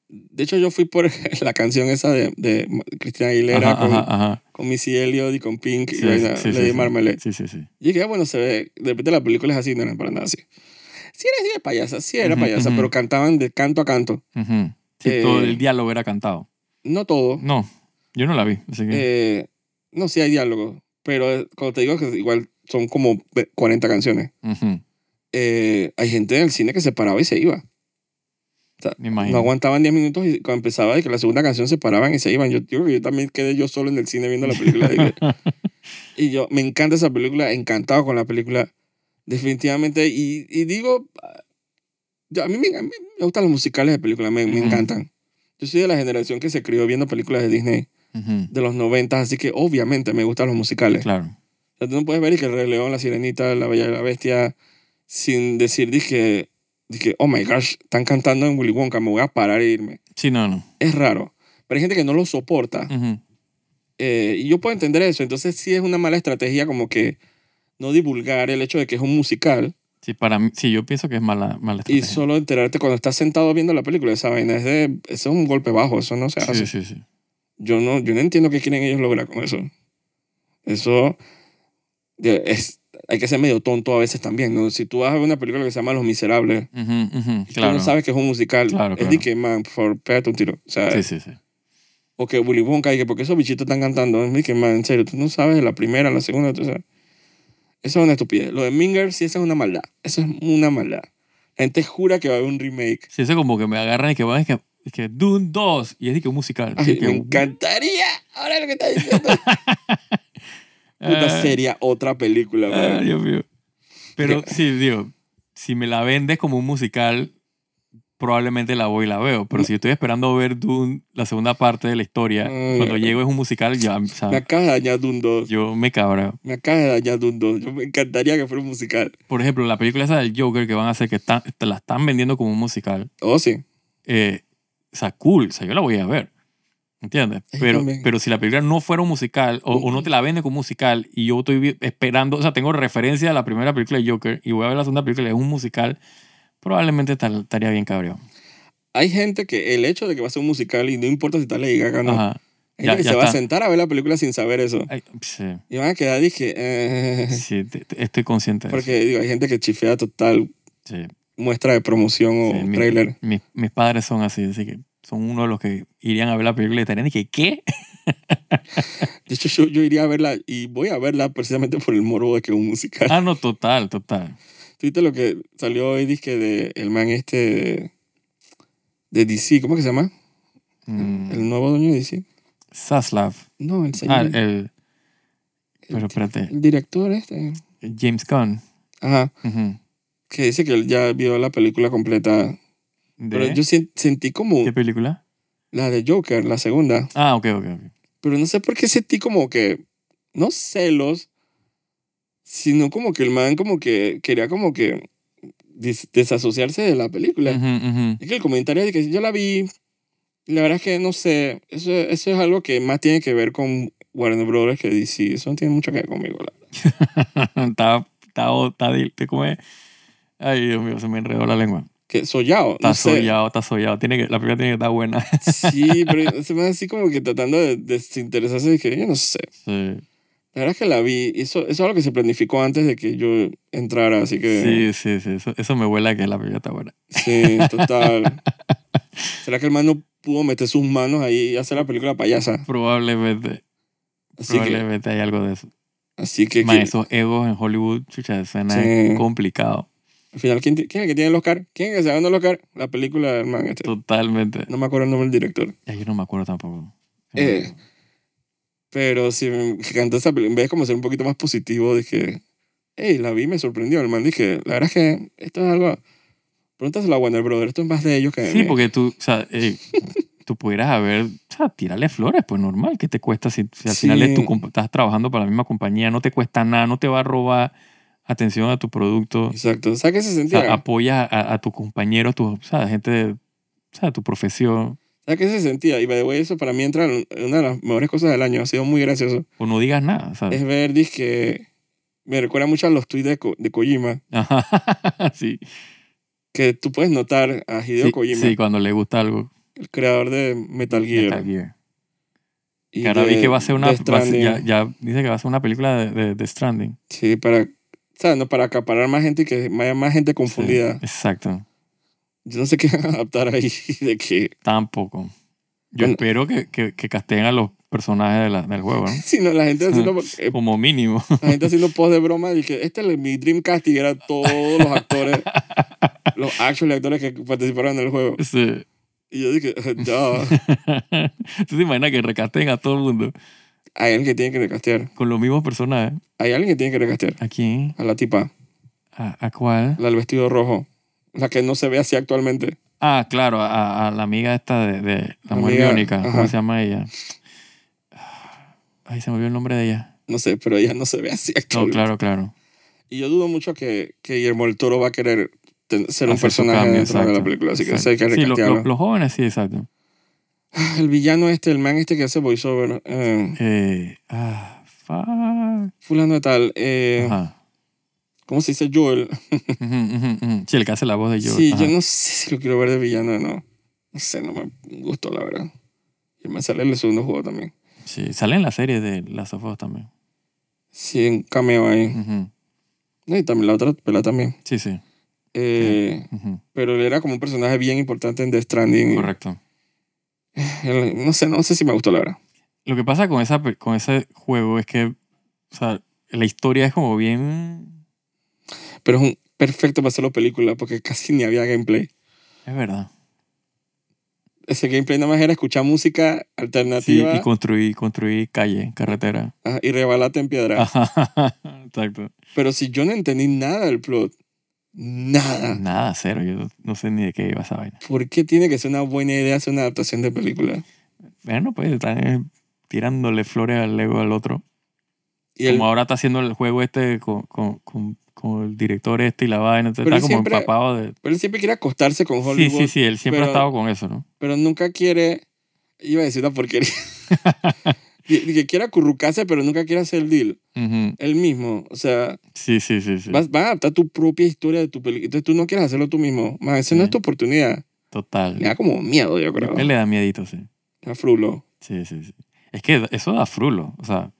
Speaker 1: De hecho, yo fui por la canción esa de, de Cristina Aguilera
Speaker 2: Ajá,
Speaker 1: con,
Speaker 2: ajá, ajá.
Speaker 1: con Missy Elliott y con Pink
Speaker 2: Sí,
Speaker 1: y vaina,
Speaker 2: sí, sí,
Speaker 1: Lady
Speaker 2: sí.
Speaker 1: Marmalade.
Speaker 2: Sí, sí, sí.
Speaker 1: Y dije, ah, bueno, se ve, de repente la película es así, no era para nada así. Sí era, sí era payasa, sí era
Speaker 2: Ujú,
Speaker 1: payasa,
Speaker 2: ujú.
Speaker 1: pero cantaban de canto a canto.
Speaker 2: Ujú. Sí,
Speaker 1: Eh,
Speaker 2: todo el diálogo era cantado.
Speaker 1: No todo.
Speaker 2: No, yo no la vi. Así que,
Speaker 1: Eh, no, sí hay diálogo, pero eh, cuando te digo que igual son como ve- 40 canciones.
Speaker 2: ujú,
Speaker 1: Eh, hay gente en el cine que se paraba y se iba.
Speaker 2: me
Speaker 1: No
Speaker 2: imagino.
Speaker 1: aguantaban 10 minutos y cuando empezaba y que la segunda canción se paraban y se iban. Yo, yo creo que yo también quedé yo solo en el cine viendo la película. de que- y yo, me encanta esa película, encantado con la película, definitivamente. Y, y digo, ah, yo- a, mí me, a mí me gustan los musicales de películas, me, me
Speaker 2: Ujú.
Speaker 1: encantan. Yo soy de la generación que se crió viendo películas de Disney
Speaker 2: Ujú,
Speaker 1: de los 90, así que obviamente me gustan los musicales.
Speaker 2: Claro.
Speaker 1: O sea, tú no puedes ver y que el Rey León, la Sirenita, la Bella y la Bestia, sin decir, dije, dije, oh my gosh, están cantando en Willy Wonka, me voy a parar e irme.
Speaker 2: Sí, no, no.
Speaker 1: Es raro. Pero hay gente que no lo soporta.
Speaker 2: Ujú,
Speaker 1: Eh, y yo puedo entender eso. Entonces sí es una mala estrategia como que no divulgar el hecho de que es un musical
Speaker 2: Sí, para mí, sí, yo pienso que es mala,
Speaker 1: y
Speaker 2: mala estrategia.
Speaker 1: solo enterarte cuando estás sentado viendo la película. Esa vaina es de, eso es un golpe bajo, eso no se hace.
Speaker 2: Sí, sí, sí.
Speaker 1: Yo no, yo no entiendo qué quieren ellos lograr con eso. Eso de- es, hay que ser medio tonto a veces también, ¿no? Si tú vas a ver una película que se llama Los Miserables,
Speaker 2: Ujú, ujú,
Speaker 1: tú
Speaker 2: Claro.
Speaker 1: no sabes que es un musical,
Speaker 2: Claro,
Speaker 1: es
Speaker 2: claro.
Speaker 1: de que, man, por favor, pégate un tiro. O sea,
Speaker 2: Sí, sí, sí.
Speaker 1: o que Willy Wonka, y que porque esos bichitos están cantando, es de que, man, en serio, tú no sabes de la primera, la segunda, tú, o sea, eso es una estupidez. Lo de Minger, sí, esa es una maldad. Eso es una maldad. La gente jura que va a haber un remake.
Speaker 2: Sí, eso como que me agarran y que van, es que, es que Dune 2, y es de que un musical.
Speaker 1: Ay,
Speaker 2: Y que,
Speaker 1: me encantaría. Ahora lo que estás diciendo. Puta
Speaker 2: eh,
Speaker 1: seria, otra película,
Speaker 2: Ah,
Speaker 1: man.
Speaker 2: Dios mío. Pero
Speaker 1: Que-
Speaker 2: sí, digo, si me la vendes como un musical, probablemente la voy y la veo. Pero si estoy esperando ver Dune, la segunda parte de la historia,
Speaker 1: Mm.
Speaker 2: cuando llego es un musical, ya, o sea,
Speaker 1: Me acabas de dañar Dune 2.
Speaker 2: yo me cabreo.
Speaker 1: Me acabas de dañar Dune 2. Yo me encantaría que fuera un musical.
Speaker 2: Por ejemplo, la película esa del Joker que van a hacer, que están- te la están vendiendo como un musical,
Speaker 1: Oh, sí.
Speaker 2: eh, o sea, cool, o sea, yo la voy a ver. ¿Entiendes?
Speaker 1: Sí,
Speaker 2: Pero,
Speaker 1: también.
Speaker 2: pero si la película no fuera un musical o, o no te la vende como musical y yo estoy vi- esperando, o sea, tengo referencia a la primera película de Joker y voy a ver la segunda película y es un musical, probablemente tal- estaría bien cabreo.
Speaker 1: Hay gente que el hecho de que va a ser un musical y no importa si está Lady Gaga o no,
Speaker 2: Ajá.
Speaker 1: hay gente
Speaker 2: Ya-
Speaker 1: que
Speaker 2: ya
Speaker 1: se va a
Speaker 2: está.
Speaker 1: sentar a ver la película sin saber eso.
Speaker 2: Ay, sí,
Speaker 1: Y van a quedar, dije, eh,
Speaker 2: sí, te- te- estoy consciente de eso.
Speaker 1: porque digo, hay gente que chifea total
Speaker 2: Sí,
Speaker 1: muestra de promoción o
Speaker 2: sí, mi-
Speaker 1: trailer.
Speaker 2: mis, mis padres son así, así que son uno de los que irían a ver la película y estarían y que, ¿qué?
Speaker 1: De hecho, yo, yo iría a verla y voy a verla precisamente por el morbo de que es un musical.
Speaker 2: Ah, no, total, total.
Speaker 1: ¿Tú viste lo que salió hoy, dije, de el man este de, de DC? ¿Cómo que se llama?
Speaker 2: Mm,
Speaker 1: ¿El nuevo dueño de DC?
Speaker 2: Zaslav.
Speaker 1: No, el señor.
Speaker 2: Ah,
Speaker 1: el,
Speaker 2: el. Pero espérate.
Speaker 1: director este.
Speaker 2: James Gunn.
Speaker 1: Ajá.
Speaker 2: Ujú.
Speaker 1: Que dice que él ya vio la película completa.
Speaker 2: ¿De
Speaker 1: Pero yo sen- sentí como
Speaker 2: qué película?
Speaker 1: la de Joker, la segunda.
Speaker 2: Ah, ok, ok, ok.
Speaker 1: Pero no sé por qué sentí como que, no celos, sino como que el man como que quería como que des- desasociarse de la película.
Speaker 2: Ujú, ujú.
Speaker 1: Es que el comentario de que yo la vi, la verdad es que no sé, eso, eso es algo que más tiene que ver con Warner Brothers que DC. Eso no tiene mucho que ver conmigo. la verdad.
Speaker 2: Está, está, está, te come. Ay, Dios mío, se me enredó la lengua.
Speaker 1: Que sollado,
Speaker 2: Está
Speaker 1: no sé.
Speaker 2: sollado, está sollado. Tiene que, la película tiene que estar buena.
Speaker 1: Sí, pero se me hace así como que tratando de desinteresarse de que yo no sé.
Speaker 2: Sí,
Speaker 1: La verdad es que la vi, y eso, eso es algo que se planificó antes de que yo entrara, así que
Speaker 2: sí, sí. sí. Eso, eso me huele a que la película está buena.
Speaker 1: sí, total. ¿Será que el man no pudo meter sus manos ahí y hacer la película payasa?
Speaker 2: Probablemente,
Speaker 1: Así que,
Speaker 2: probablemente hay algo de eso.
Speaker 1: así que,
Speaker 2: Man,
Speaker 1: que-
Speaker 2: esos egos en Hollywood, chucha, suena
Speaker 1: Sí.
Speaker 2: complicado.
Speaker 1: al final, ¿quién, ti- ¿quién es el que tiene el Oscar? ¿Quién es el que se ganó el Oscar? La película del man este.
Speaker 2: Totalmente.
Speaker 1: No me acuerdo el nombre del director.
Speaker 2: Ay, yo no me acuerdo tampoco.
Speaker 1: Eh. Pero si me encantó esa película, en vez de como ser un poquito más positivo, dije, hey, la vi, me sorprendió. El man dije, la verdad es que esto es algo... Pregúntaselo a Warner Brothers, esto es más de ellos que de
Speaker 2: Sí,
Speaker 1: mí".
Speaker 2: porque tú, o sea, eh, tú pudieras haber, o sea, tírale flores, pues normal, ¿qué te cuesta si, si al
Speaker 1: Sí.
Speaker 2: final es tu comp- estás trabajando para la misma compañía, no te cuesta nada, no te va a robar, atención a tu producto.
Speaker 1: Exacto. O sea, que se
Speaker 2: O sea, ah.
Speaker 1: sentía?
Speaker 2: apoyas a, a tu compañero, a tu, o sea, gente, de- o sea, tu profesión.
Speaker 1: ¿Sabes qué se sentía? Y by the way, eso para mí entra en una de las mejores cosas del año. Ha sido muy gracioso.
Speaker 2: O no digas nada, o sea.
Speaker 1: Es ver, que me recuerda mucho a los tweets de, Ko- de Kojima,
Speaker 2: Ajá, sí,
Speaker 1: que tú puedes notar a Hideo
Speaker 2: sí,
Speaker 1: Kojima,
Speaker 2: sí, cuando le gusta algo.
Speaker 1: el creador de Metal Gear.
Speaker 2: Metal Gear.
Speaker 1: y
Speaker 2: Que ahora
Speaker 1: de-
Speaker 2: vi que va a ser una,
Speaker 1: de
Speaker 2: va a ser-
Speaker 1: Stranding.
Speaker 2: ya, ya dice que va a ser una película de, de, de Stranding.
Speaker 1: Sí, para, ¿sabes? No, para acaparar más gente y que haya más gente confundida.
Speaker 2: Sí, exacto,
Speaker 1: Yo no sé qué van a adaptar ahí de que...
Speaker 2: tampoco. Yo
Speaker 1: Bueno.
Speaker 2: espero que, que, que casteen a los personajes de la- del juego, ¿no?
Speaker 1: Si no, la gente haciendo,
Speaker 2: Ah.
Speaker 1: eh,
Speaker 2: Como mínimo.
Speaker 1: la gente haciendo post de broma y que este es mi Dreamcast y era todos los actores, los actual actores que participaron en el juego.
Speaker 2: Sí.
Speaker 1: Y yo dije, "Ah, ya,
Speaker 2: ¿Tú te imaginas que recasten a todo el mundo
Speaker 1: hay alguien que tiene que recastear.
Speaker 2: con los mismos personajes?
Speaker 1: Hay alguien que tiene que recastear.
Speaker 2: ¿A quién?
Speaker 1: A la tipa,
Speaker 2: ¿A, a cuál?
Speaker 1: la del vestido rojo. La que no se ve así actualmente.
Speaker 2: Ah, claro, a, a la amiga esta de, de la
Speaker 1: La
Speaker 2: mujer
Speaker 1: amiga,
Speaker 2: biónica. ¿Cómo
Speaker 1: ajá.
Speaker 2: se llama ella? Ay, se me olvidó el nombre de ella.
Speaker 1: No sé, pero ella no se ve así
Speaker 2: No,
Speaker 1: actualmente.
Speaker 2: claro, claro.
Speaker 1: Y yo dudo mucho que, que Guillermo del Toro va a querer ten- ser un
Speaker 2: Hacer su
Speaker 1: personaje
Speaker 2: cambio,
Speaker 1: dentro de la
Speaker 2: exacto,
Speaker 1: película. Así que
Speaker 2: exacto.
Speaker 1: sé que
Speaker 2: Sí, lo- lo-
Speaker 1: recastearlo.
Speaker 2: los jóvenes sí, exacto.
Speaker 1: Ah, El villano este, el man este que hace voiceover. eh,
Speaker 2: Eh, ah, fuck.
Speaker 1: fulano de tal. eh,
Speaker 2: Ajá.
Speaker 1: ¿Cómo se dice? Joel.
Speaker 2: Ujú, ujú, ujú. Sí, el que hace la voz de Joel.
Speaker 1: Sí,
Speaker 2: Ajá.
Speaker 1: yo no sé si lo quiero ver de villano o no. No sé, no me gustó, la verdad. Y me sale el segundo juego también.
Speaker 2: Sí, sale en la serie de Last of Us también.
Speaker 1: Sí, un cameo ahí.
Speaker 2: Ujú.
Speaker 1: No, Y también la otra pela también.
Speaker 2: Sí, sí.
Speaker 1: Eh,
Speaker 2: Ujú.
Speaker 1: Pero él era como un personaje bien importante en The Stranding.
Speaker 2: Correcto.
Speaker 1: Él- no sé, no sé si me gustó, la verdad.
Speaker 2: Lo que pasa con, esa, pe- con ese juego es que, o sea, la historia es como bien...
Speaker 1: Pero es un perfecto para hacerlo película porque casi ni había gameplay.
Speaker 2: Es verdad.
Speaker 1: Ese gameplay nada más era escuchar música
Speaker 2: Sí,
Speaker 1: alternativa
Speaker 2: y
Speaker 1: ah, y,
Speaker 2: construir, construir calle, carretera.
Speaker 1: rebalarte en piedra.
Speaker 2: Ah. Ajá, Exacto.
Speaker 1: Pero si yo no entendí nada del plot, nada.
Speaker 2: Nada, cero. Yo no sé ni de qué iba esa vaina.
Speaker 1: ¿Por qué tiene que ser una buena idea hacer una adaptación de película?
Speaker 2: Bueno, pues están eh, tirándole flores al ego al otro.
Speaker 1: Y él,
Speaker 2: como ahora está haciendo el juego este con, con, con, con el director este y la vaina, entonces
Speaker 1: Pero
Speaker 2: está como
Speaker 1: siempre-
Speaker 2: empapado de...
Speaker 1: pero él siempre quiere acostarse con
Speaker 2: Sí,
Speaker 1: Hollywood,
Speaker 2: sí, sí, él siempre
Speaker 1: pero-
Speaker 2: ha estado con eso, ¿no?
Speaker 1: pero nunca quiere... Iba a decir una porquería. Y- y que quiere acurrucarse, pero nunca quiere hacer el deal.
Speaker 2: Ujú.
Speaker 1: Él mismo, o sea...
Speaker 2: Sí, sí, sí, sí.
Speaker 1: Vas, vas a adaptar tu propia historia de tu película. Entonces tú no quieres hacerlo tú mismo. Más, esa no
Speaker 2: Sí.
Speaker 1: es tu oportunidad.
Speaker 2: Total.
Speaker 1: Me da como miedo, yo
Speaker 2: Yo creo
Speaker 1: creo.
Speaker 2: que le da miedito, sí.
Speaker 1: A Frulo.
Speaker 2: Sí, sí, sí. Es que eso da frulo, o sea...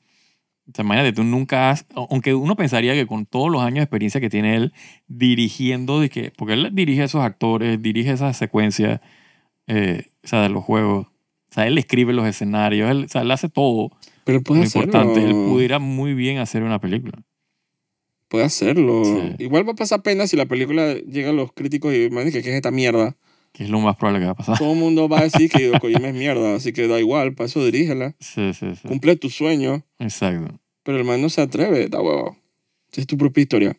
Speaker 2: O sea, imagínate, tú nunca has... o- Aunque uno pensaría que con todos los años de experiencia que tiene él dirigiendo, de que, porque él dirige a esos actores, dirige esas secuencias, eh, o sea, de los juegos. O sea, él escribe los escenarios, él, o sea, él hace todo.
Speaker 1: Pero él puede
Speaker 2: lo
Speaker 1: hacerlo.
Speaker 2: importante, él pudiera muy bien hacer una película.
Speaker 1: Puede hacerlo.
Speaker 2: Sí.
Speaker 1: Igual va a pasar pena si la película llega a los críticos y me dicen que ¿qué es esta mierda.
Speaker 2: Que es lo más probable que va a pasar.
Speaker 1: Todo el mundo va a decir que Hideo Kojima es mierda. Así que da igual, para eso dirígela.
Speaker 2: Sí, sí, sí.
Speaker 1: Cumple tu sueño.
Speaker 2: Exacto.
Speaker 1: Pero el man no se atreve. Da huevo. Es tu propia historia.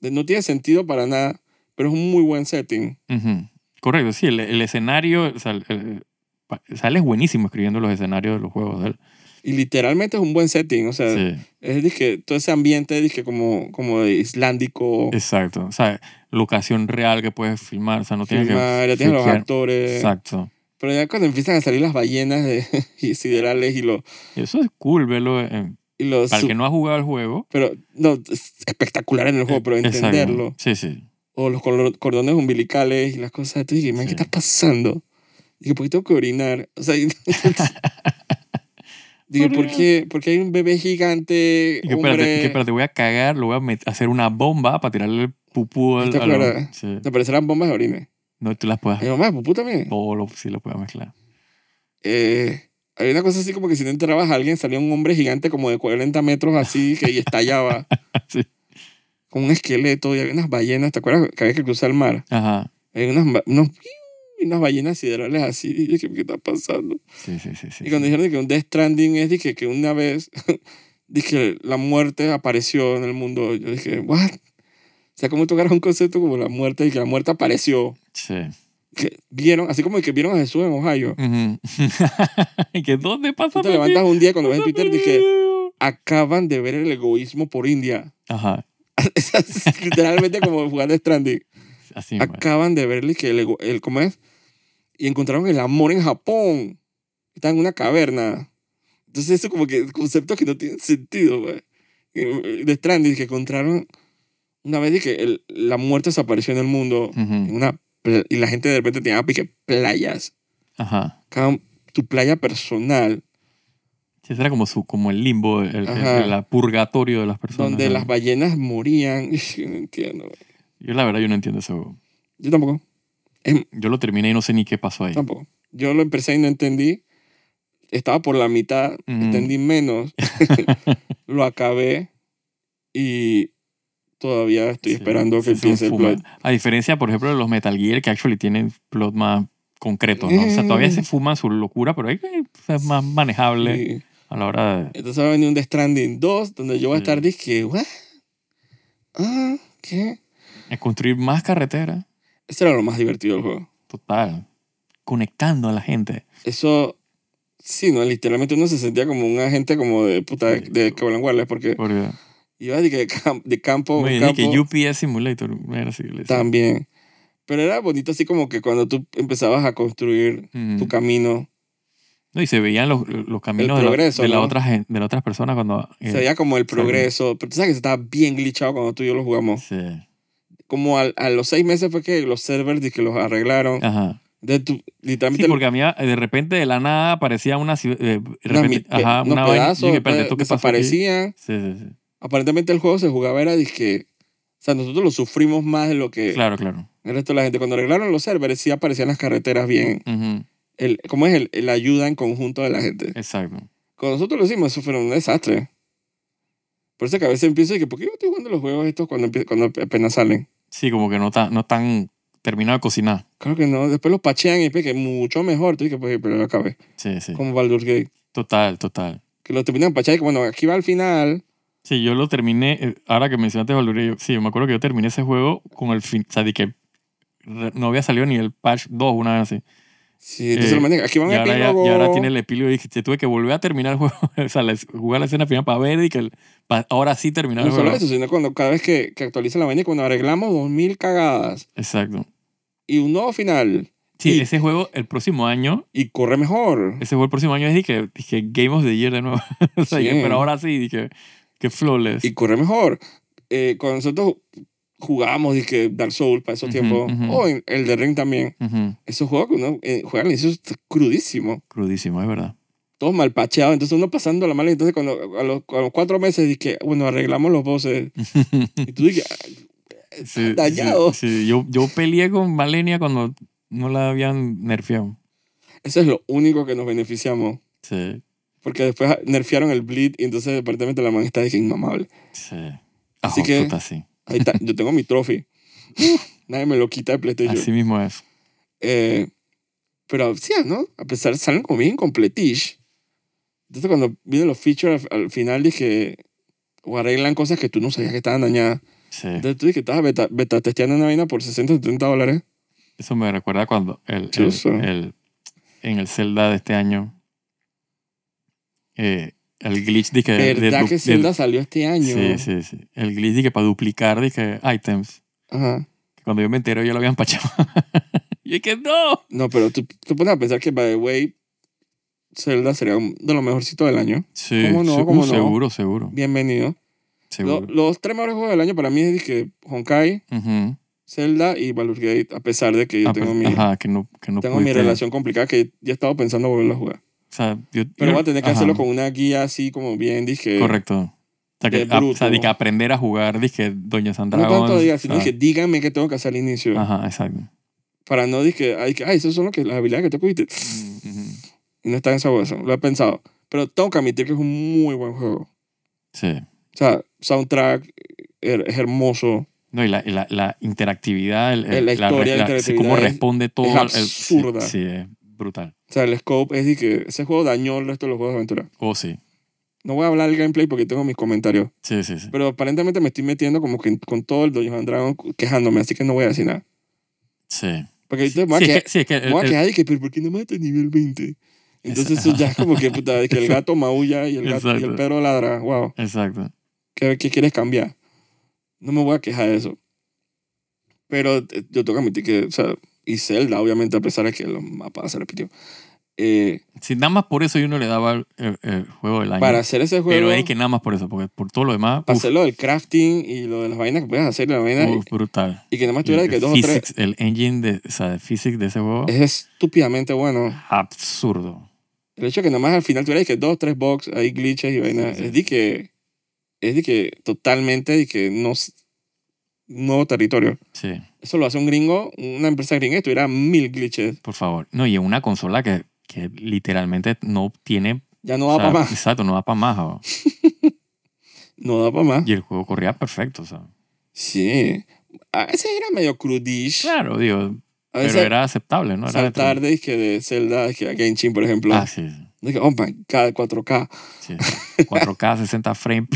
Speaker 1: De- No tiene sentido para nada. Pero es un muy buen setting.
Speaker 2: Ujú. Correcto, sí, el, el escenario, o sea, el- el- pa- o sea, él es buenísimo escribiendo los escenarios de los juegos de él.
Speaker 1: Y literalmente es un buen setting. O sea,
Speaker 2: Sí,
Speaker 1: Es dizque, todo ese ambiente dizque, como, como de islandico.
Speaker 2: exacto. O sea, locación real que puedes filmar, o sea, no tienes
Speaker 1: filmar,
Speaker 2: que...
Speaker 1: ya tienes a los
Speaker 2: fakear.
Speaker 1: actores.
Speaker 2: Exacto.
Speaker 1: Pero ya cuando empiezan a salir las ballenas de, y siderales y los...
Speaker 2: Y eso es cool verlo. en-
Speaker 1: Y los
Speaker 2: para el
Speaker 1: su-
Speaker 2: que no ha jugado el juego. eh,
Speaker 1: Pero no, es espectacular en el juego, pero
Speaker 2: E, exacto.
Speaker 1: entenderlo.
Speaker 2: Sí, sí.
Speaker 1: O los colo- cordones umbilicales y las cosas. Tú dices, man, ¿qué
Speaker 2: Sí.
Speaker 1: está pasando? Dije, ¿por qué tengo que orinar? O sea, dije, ¿por qué, por qué hay un bebé gigante,
Speaker 2: Y que
Speaker 1: hombre?
Speaker 2: espérate, que espérate, voy a cagar, lo voy a met- hacer una bomba para tirarle el pupú al...
Speaker 1: ¿Te
Speaker 2: al-
Speaker 1: acuerdas?
Speaker 2: sí.
Speaker 1: Me parecerán bombas de orines.
Speaker 2: No, tú las
Speaker 1: Ay,
Speaker 2: puedes...
Speaker 1: mamá, pupú también.
Speaker 2: Todo lo, sí lo puedes mezclar.
Speaker 1: eh, había una cosa así como que si no enterabas a alguien salía un hombre gigante como de 40 metros así que y estallaba
Speaker 2: Sí.
Speaker 1: con un esqueleto y había unas ballenas, ¿te acuerdas que había que cruzar el mar?
Speaker 2: Ajá.
Speaker 1: Había unas, ba- unos- y unas ballenas siderales así, y yo dije, ¿qué está pasando?
Speaker 2: Sí, sí, sí. sí
Speaker 1: Y cuando dijeron de que un Death Stranding es, dije que una vez, dije, la muerte apareció en el mundo, yo dije, ¿what? O sea, ¿cómo tocaron un concepto como la muerte y que la muerte apareció?
Speaker 2: sí.
Speaker 1: Que vieron, así como que vieron a Jesús en Ohio.
Speaker 2: Ujú. ¿Y que dónde
Speaker 1: Tú te
Speaker 2: pasa por ti?
Speaker 1: levantas un día cuando ves
Speaker 2: Pasa
Speaker 1: en Twitter,
Speaker 2: por
Speaker 1: dije,
Speaker 2: video.
Speaker 1: acaban de ver el egoísmo por India.
Speaker 2: Ajá.
Speaker 1: Es Literalmente como jugando Stranding.
Speaker 2: Así, man.
Speaker 1: Acaban de verle que el, el ¿cómo es? Y encontraron el amor en Japón. Está en una caverna. Entonces eso como que conceptos que no tienen sentido, güey. Eh, De Stranding que encontraron una vez y que el- la muerte desapareció en el mundo. en
Speaker 2: Ujú.
Speaker 1: una pla- y la gente de repente tenía pique playas.
Speaker 2: Ajá.
Speaker 1: Cada, tu playa personal,
Speaker 2: Sí, ese era como, su, como el limbo, el, el-
Speaker 1: Ajá.
Speaker 2: el purgatorio de las personas.
Speaker 1: donde
Speaker 2: ¿no?
Speaker 1: las ballenas morían. Yo no entiendo. güey.
Speaker 2: Yo la verdad yo no entiendo eso.
Speaker 1: Yo tampoco. Em,
Speaker 2: Yo lo terminé y no sé ni qué pasó ahí.
Speaker 1: tampoco. Yo lo empecé y no entendí. Estaba por la mitad,
Speaker 2: Ujú.
Speaker 1: entendí menos. lo acabé y todavía estoy
Speaker 2: Sí,
Speaker 1: esperando
Speaker 2: sí,
Speaker 1: que
Speaker 2: es un
Speaker 1: empiece el
Speaker 2: fuma.
Speaker 1: plot.
Speaker 2: A diferencia, por ejemplo, de los Metal Gear que actually tienen plot más concreto, ¿no? O sea, todavía
Speaker 1: Eh.
Speaker 2: se fuma su locura, pero ahí, eh, es más manejable
Speaker 1: Y
Speaker 2: a la hora de...
Speaker 1: entonces va a venir un The Stranding 2 donde yo voy a
Speaker 2: Sí.
Speaker 1: estar dije, ¿what? Ah, ¿qué?
Speaker 2: de construir más carretera.
Speaker 1: Eso era lo más divertido del juego.
Speaker 2: Total. Conectando a la gente.
Speaker 1: eso sí no literalmente uno se sentía como un agente como de puta de, de Coblan Wireless, porque
Speaker 2: Porque,
Speaker 1: iba de, que de, cam- de campo
Speaker 2: me
Speaker 1: a
Speaker 2: dije
Speaker 1: campo
Speaker 2: que UPS Simulator era así. le decía.
Speaker 1: también pero era bonito así como que cuando tú empezabas a construir
Speaker 2: Ujú.
Speaker 1: tu camino
Speaker 2: No, y se veían los, los caminos
Speaker 1: El
Speaker 2: de la-
Speaker 1: progreso,
Speaker 2: de, la
Speaker 1: ¿no?
Speaker 2: otra gen- de las otras personas cuando... eh,
Speaker 1: se veía como el
Speaker 2: exacto.
Speaker 1: progreso pero tú sabes que estaba bien glitchado cuando tú y yo lo jugamos
Speaker 2: sí.
Speaker 1: como al- a los seis meses fue que los servers de que los arreglaron
Speaker 2: Ajá.
Speaker 1: de tu,
Speaker 2: Ah. Sí,
Speaker 1: literalmente
Speaker 2: porque a mí eh, de repente de la nada aparecía una ciudad... eh, de
Speaker 1: unas
Speaker 2: repente,
Speaker 1: mi- pe-
Speaker 2: ajá,
Speaker 1: unos
Speaker 2: una vaina.
Speaker 1: pedazos
Speaker 2: Yo dije, espérate,
Speaker 1: después
Speaker 2: ¿esto qué pasó aquí?
Speaker 1: desaparecían
Speaker 2: Sí, sí, sí.
Speaker 1: aparentemente el juego se jugaba era de que o sea nosotros lo sufrimos más de lo que
Speaker 2: Claro, claro.
Speaker 1: El resto de la gente, cuando arreglaron los servers, sí aparecían las carreteras bien.
Speaker 2: Ujú,
Speaker 1: El, ¿Cómo es el, la ayuda en conjunto de la gente?
Speaker 2: Exacto.
Speaker 1: Cuando nosotros lo hicimos, eso fue un desastre. Por eso que a veces empiezo y que, ¿por qué yo estoy jugando los juegos estos cuando, empie- cuando apenas salen?
Speaker 2: Sí, como que no tan, no tan terminado de cocinar.
Speaker 1: Claro que no. Después los pachean y después que mucho mejor. Tú dices, pues, pero lo acabé.
Speaker 2: Sí, sí.
Speaker 1: Como Baldur's Gate.
Speaker 2: Total, total.
Speaker 1: Que lo terminan pacheando y que, bueno, aquí va al final.
Speaker 2: Sí, yo lo terminé, eh, ahora que mencionaste Valorio, yo, sí, yo me acuerdo que yo terminé ese juego con el fin, o sea, de que re- no había salido ni el patch 2, una vez así.
Speaker 1: Sí, entonces
Speaker 2: Eh,
Speaker 1: lo manejan. Aquí va un
Speaker 2: Y ahora, ya-
Speaker 1: epílogo.
Speaker 2: y ahora tiene el epílogo y dije, "Che, tuve que volver a terminar el juego, o sea, la, jugar la escena final para ver y que el- pa- ahora sí terminar
Speaker 1: No
Speaker 2: el
Speaker 1: solo
Speaker 2: juego.
Speaker 1: eso, sino cuando cada vez que, que actualizan la vaina y cuando arreglamos 2000 cagadas
Speaker 2: Exacto.
Speaker 1: y un nuevo final
Speaker 2: Sí,
Speaker 1: Y-
Speaker 2: ese juego el próximo año,
Speaker 1: y corre mejor.
Speaker 2: ese juego el próximo año es dije, dije Game of the Year de nuevo. O sea,
Speaker 1: Sí.
Speaker 2: dije, pero ahora sí, dije, que flawless.
Speaker 1: y corre mejor. Eh, cuando nosotros jugábamos y que Dark Souls para esos
Speaker 2: Ujú,
Speaker 1: tiempos,
Speaker 2: ujú.
Speaker 1: o en el de Ring también,
Speaker 2: Ujú.
Speaker 1: esos juegos que uno eh, juega al inicio es crudísimo,
Speaker 2: Crudísimo, es verdad. todo
Speaker 1: todos mal pacheados, entonces uno pasando la mala, entonces cuando, a, los, a los cuatro meses dije, bueno, arreglamos los bosses, y tú "Ah, dije,
Speaker 2: Sí,
Speaker 1: Eh, dañado.
Speaker 2: sí, sí. Yo, yo peleé con Malenia cuando no la habían nerfeado.
Speaker 1: eso es lo único que nos beneficiamos,
Speaker 2: Sí,
Speaker 1: porque después nerfearon el bleed y entonces departamento de la man está dije, inmamable.
Speaker 2: sí.
Speaker 1: Así
Speaker 2: Ah,
Speaker 1: que-
Speaker 2: puta, sí.
Speaker 1: Ahí está, yo tengo mi trophy. Nadie me lo quita de PlayStation.
Speaker 2: Así mismo es.
Speaker 1: Eh, pero sí, ah, ¿no? A pesar, salen como bien completish. Entonces cuando vienen los features al, al final dije, o arreglan cosas que tú no sabías que estaban dañadas.
Speaker 2: Sí.
Speaker 1: Entonces tú dije, estabas beta, beta testeando una vaina por 60, 70 dólares.
Speaker 2: Eso me recuerda cuando el,
Speaker 1: Sí,
Speaker 2: el-
Speaker 1: sí.
Speaker 2: el- en el Zelda de este año, eh, el glitch dije, de, de
Speaker 1: ¿Verdad
Speaker 2: du-
Speaker 1: que
Speaker 2: de-
Speaker 1: Zelda salió este año?
Speaker 2: Sí, sí, sí. El glitch dije para duplicar, dije, items.
Speaker 1: Ajá.
Speaker 2: Que Cuando yo me entero ya lo habían pachado. y es que no.
Speaker 1: No, pero tú, tú pones a pensar que, by the way, Zelda sería un- de los mejorcitos del año.
Speaker 2: Sí,
Speaker 1: ¿Cómo no?
Speaker 2: se- uh,
Speaker 1: ¿Cómo no?
Speaker 2: seguro, seguro.
Speaker 1: Bienvenido. Lo-
Speaker 2: Seguro.
Speaker 1: los tres mejores juegos del año para mí es dije, Honkai,
Speaker 2: Ujú.
Speaker 1: Zelda y Baldur's Gate, a pesar de que yo
Speaker 2: Ah,
Speaker 1: tengo
Speaker 2: pues,
Speaker 1: mi...
Speaker 2: Ajá, que no, que no
Speaker 1: tengo mi
Speaker 2: pudiste-
Speaker 1: relación complicada que ya he estado pensando volverla a jugar.
Speaker 2: O sea, yo-
Speaker 1: Pero
Speaker 2: yo-
Speaker 1: voy a tener que
Speaker 2: ajá,
Speaker 1: hacerlo con una guía así como bien, dije.
Speaker 2: Correcto. O sea,
Speaker 1: de
Speaker 2: que, a- o sea,
Speaker 1: bruto.
Speaker 2: de que aprender a jugar, dije, Doña
Speaker 1: No
Speaker 2: Sandra.
Speaker 1: tanto diga, sino dije, díganme qué tengo que hacer al inicio.
Speaker 2: Ajá, exacto.
Speaker 1: Para no dije, ay, que, ay, esas son lo que, las habilidades que tengo que
Speaker 2: Ujú.
Speaker 1: Y no está en esa cosa, lo he pensado. Pero tengo que admitir que es un muy buen juego.
Speaker 2: Sí.
Speaker 1: O sea, soundtrack eh, es hermoso,
Speaker 2: No, y la, y la, la interactividad, el- el-
Speaker 1: La historia, la
Speaker 2: sí, cómo
Speaker 1: interactividad es-
Speaker 2: responde todo.
Speaker 1: es
Speaker 2: al-
Speaker 1: absurda.
Speaker 2: sí, sí, es brutal.
Speaker 1: O sea, el scope es de que ese juego dañó el resto de los juegos de aventura.
Speaker 2: Oh, sí.
Speaker 1: No voy a hablar del gameplay porque tengo mis comentarios.
Speaker 2: Sí, sí, sí.
Speaker 1: Pero aparentemente me estoy metiendo como que con todo el Dungeons and Dragons quejándome, así que no voy a decir nada.
Speaker 2: Sí.
Speaker 1: Porque ahorita
Speaker 2: Sí,
Speaker 1: me voy a
Speaker 2: sí,
Speaker 1: quejar-
Speaker 2: es que, sí, es que el-
Speaker 1: Me voy a
Speaker 2: el-
Speaker 1: quedar y que, pero ¿por qué no mata nivel 20? Entonces
Speaker 2: Exacto.
Speaker 1: eso ya es como que, puta, de que el gato maulla y el, gato, y el
Speaker 2: Exacto.
Speaker 1: perro ladra. Wow,
Speaker 2: Exacto.
Speaker 1: ¿qué, qué quieres cambiar? no me voy a quejar de eso. Pero eh, yo tengo que admitir que, o sea, y Zelda, obviamente, a pesar de que los mapas se repitió. eh,
Speaker 2: Si nada más por eso yo no le daba el, el- el juego del año.
Speaker 1: para hacer ese juego,
Speaker 2: pero es que nada más por eso, porque por todo lo demás,
Speaker 1: para
Speaker 2: uf,
Speaker 1: hacer lo del crafting y lo de las vainas que puedes hacer, la vaina,
Speaker 2: uf, brutal.
Speaker 1: y, y que nada más
Speaker 2: El,
Speaker 1: tuviera que dos o tres,
Speaker 2: physics, el engine de, o sea, de physics de ese juego,
Speaker 1: es estúpidamente bueno.
Speaker 2: absurdo.
Speaker 1: El hecho de que nada más al final tuviera que dos, tres box, hay glitches y vaina.
Speaker 2: Sí, sí.
Speaker 1: Es de que. Es de que totalmente de que no. s- Nuevo territorio.
Speaker 2: Sí,
Speaker 1: Eso lo hace un gringo, una empresa gringa y tuviera mil glitches.
Speaker 2: por favor. No, y en una consola que, que literalmente no tiene.
Speaker 1: Ya no
Speaker 2: o
Speaker 1: da
Speaker 2: sea,
Speaker 1: para más.
Speaker 2: Exacto, no da para más. o-
Speaker 1: No da para más.
Speaker 2: Y el juego corría perfecto, o sea.
Speaker 1: Sí. A veces era medio crudish.
Speaker 2: Claro, digo,
Speaker 1: A
Speaker 2: pero
Speaker 1: veces
Speaker 2: era aceptable, ¿no? Era dentro-
Speaker 1: saltar de, que de Zelda que a Genshin, por ejemplo.
Speaker 2: Ah, sí, sí,
Speaker 1: De que, oh my god, 4K.
Speaker 2: sí. 4K, 60 frames,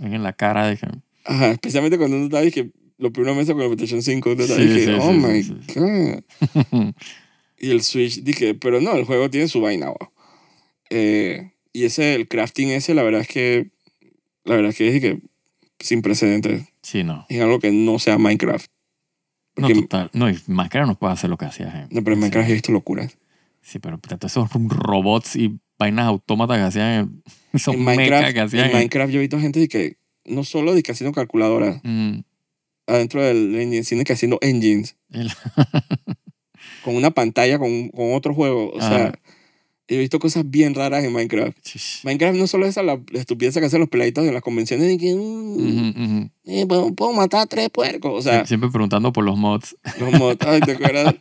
Speaker 2: en la cara. De que,
Speaker 1: Ajá, especialmente cuando uno está, dije, los primeros meses con la PlayStation 5, uno está,
Speaker 2: Sí,
Speaker 1: dije,
Speaker 2: sí,
Speaker 1: oh
Speaker 2: sí,
Speaker 1: my
Speaker 2: sí,
Speaker 1: god. Y el Switch, dije, pero no, el juego tiene su vaina, guau. Eh, y ese, el crafting ese, la verdad es que, la verdad es que dije que sin precedentes
Speaker 2: sí, no.
Speaker 1: en algo que no sea Minecraft.
Speaker 2: No,
Speaker 1: Porque-
Speaker 2: total. No, y Minecraft no puede hacer lo que hacía. gente.
Speaker 1: No, pero en
Speaker 2: Sí.
Speaker 1: Minecraft he visto locuras.
Speaker 2: Sí, pero tanto esos robots y vainas autómatas que hacían. en- Esos
Speaker 1: En
Speaker 2: mechas
Speaker 1: Minecraft,
Speaker 2: que hacían. eh.
Speaker 1: en
Speaker 2: en-
Speaker 1: Minecraft yo he visto gente de que, no solo de que haciendo calculadoras,
Speaker 2: Mm,
Speaker 1: adentro del engine, sino que haciendo engines,
Speaker 2: el-
Speaker 1: con una pantalla, con, con otro juego. O
Speaker 2: Ah.
Speaker 1: sea, he visto cosas bien raras en Minecraft. Minecraft no solo es a la estupidez que hacen los peladitos en las convenciones de que mm,
Speaker 2: Ujú, ujú.
Speaker 1: eh, puedo, puedo matar a tres puercos. O sea,
Speaker 2: Sie- Siempre preguntando por los mods,
Speaker 1: los mods, ay, ¿te acuerdas?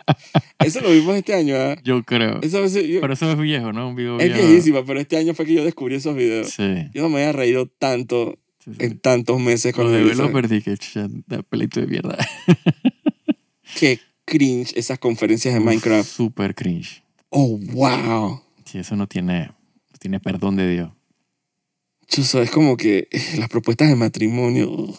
Speaker 1: Eso lo vimos este año. ¿ah?
Speaker 2: yo creo.
Speaker 1: Eso, eso- yo-
Speaker 2: Pero eso es viejo, ¿no? Un video
Speaker 1: es
Speaker 2: viejo.
Speaker 1: viejísima, pero este año fue que yo descubrí esos videos.
Speaker 2: Sí.
Speaker 1: Yo no me había reído tanto
Speaker 2: sí, sí.
Speaker 1: en tantos meses
Speaker 2: Los
Speaker 1: con el video.
Speaker 2: developers dije, "Chucha, da pelito de mierda.
Speaker 1: Qué cringe esas conferencias de Minecraft.
Speaker 2: Super cringe.
Speaker 1: Oh, wow.
Speaker 2: Sí, eso no tiene, no tiene perdón de Dios.
Speaker 1: Chuzo, es como que eh, las propuestas de matrimonio, ugh.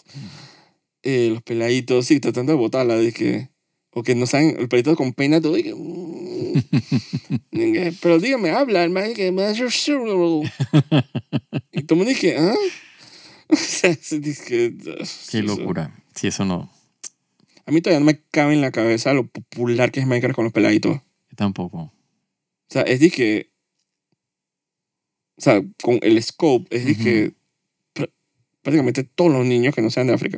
Speaker 1: Eh, los peladitos, sí, tratando de botarla, de que, o que no saben, el peladito con pena, todo, y que, mm, y que, pero dígame, habla, el man, y que, man, you're sure". y todo el mundo dice, ¿ah? O sea, se dice que, ugh,
Speaker 2: Qué
Speaker 1: chuzo.
Speaker 2: locura. Sí, eso no.
Speaker 1: A mí todavía no me cabe en la cabeza lo popular que es Minecraft con los peladitos. O
Speaker 2: Yo tampoco.
Speaker 1: sea, es de que, o sea, con el scope, es de
Speaker 2: Ujú.
Speaker 1: que pr- prácticamente todos los niños que no sean de África.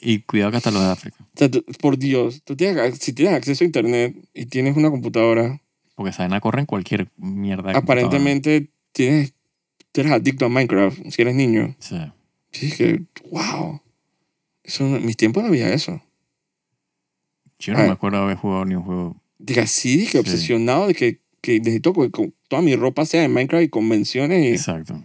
Speaker 2: Y cuidado que hasta los de África.
Speaker 1: O sea, tú- por Dios, tú tienes, ac- si tienes acceso a internet y tienes una computadora,
Speaker 2: Porque esa vaina corre en cualquier mierda. de
Speaker 1: aparentemente tienes, tú eres adicto a Minecraft si eres niño.
Speaker 2: computadora. Sí.
Speaker 1: Sí, que, wow. Eso, no- en mis tiempos no había eso.
Speaker 2: Yo no
Speaker 1: Ah.
Speaker 2: me acuerdo de haber jugado ni un juego.
Speaker 1: Diga, así, de que
Speaker 2: Sí.
Speaker 1: obsesionado de que, que necesito que con- toda mi ropa sea de Minecraft y convenciones. y-
Speaker 2: Exacto.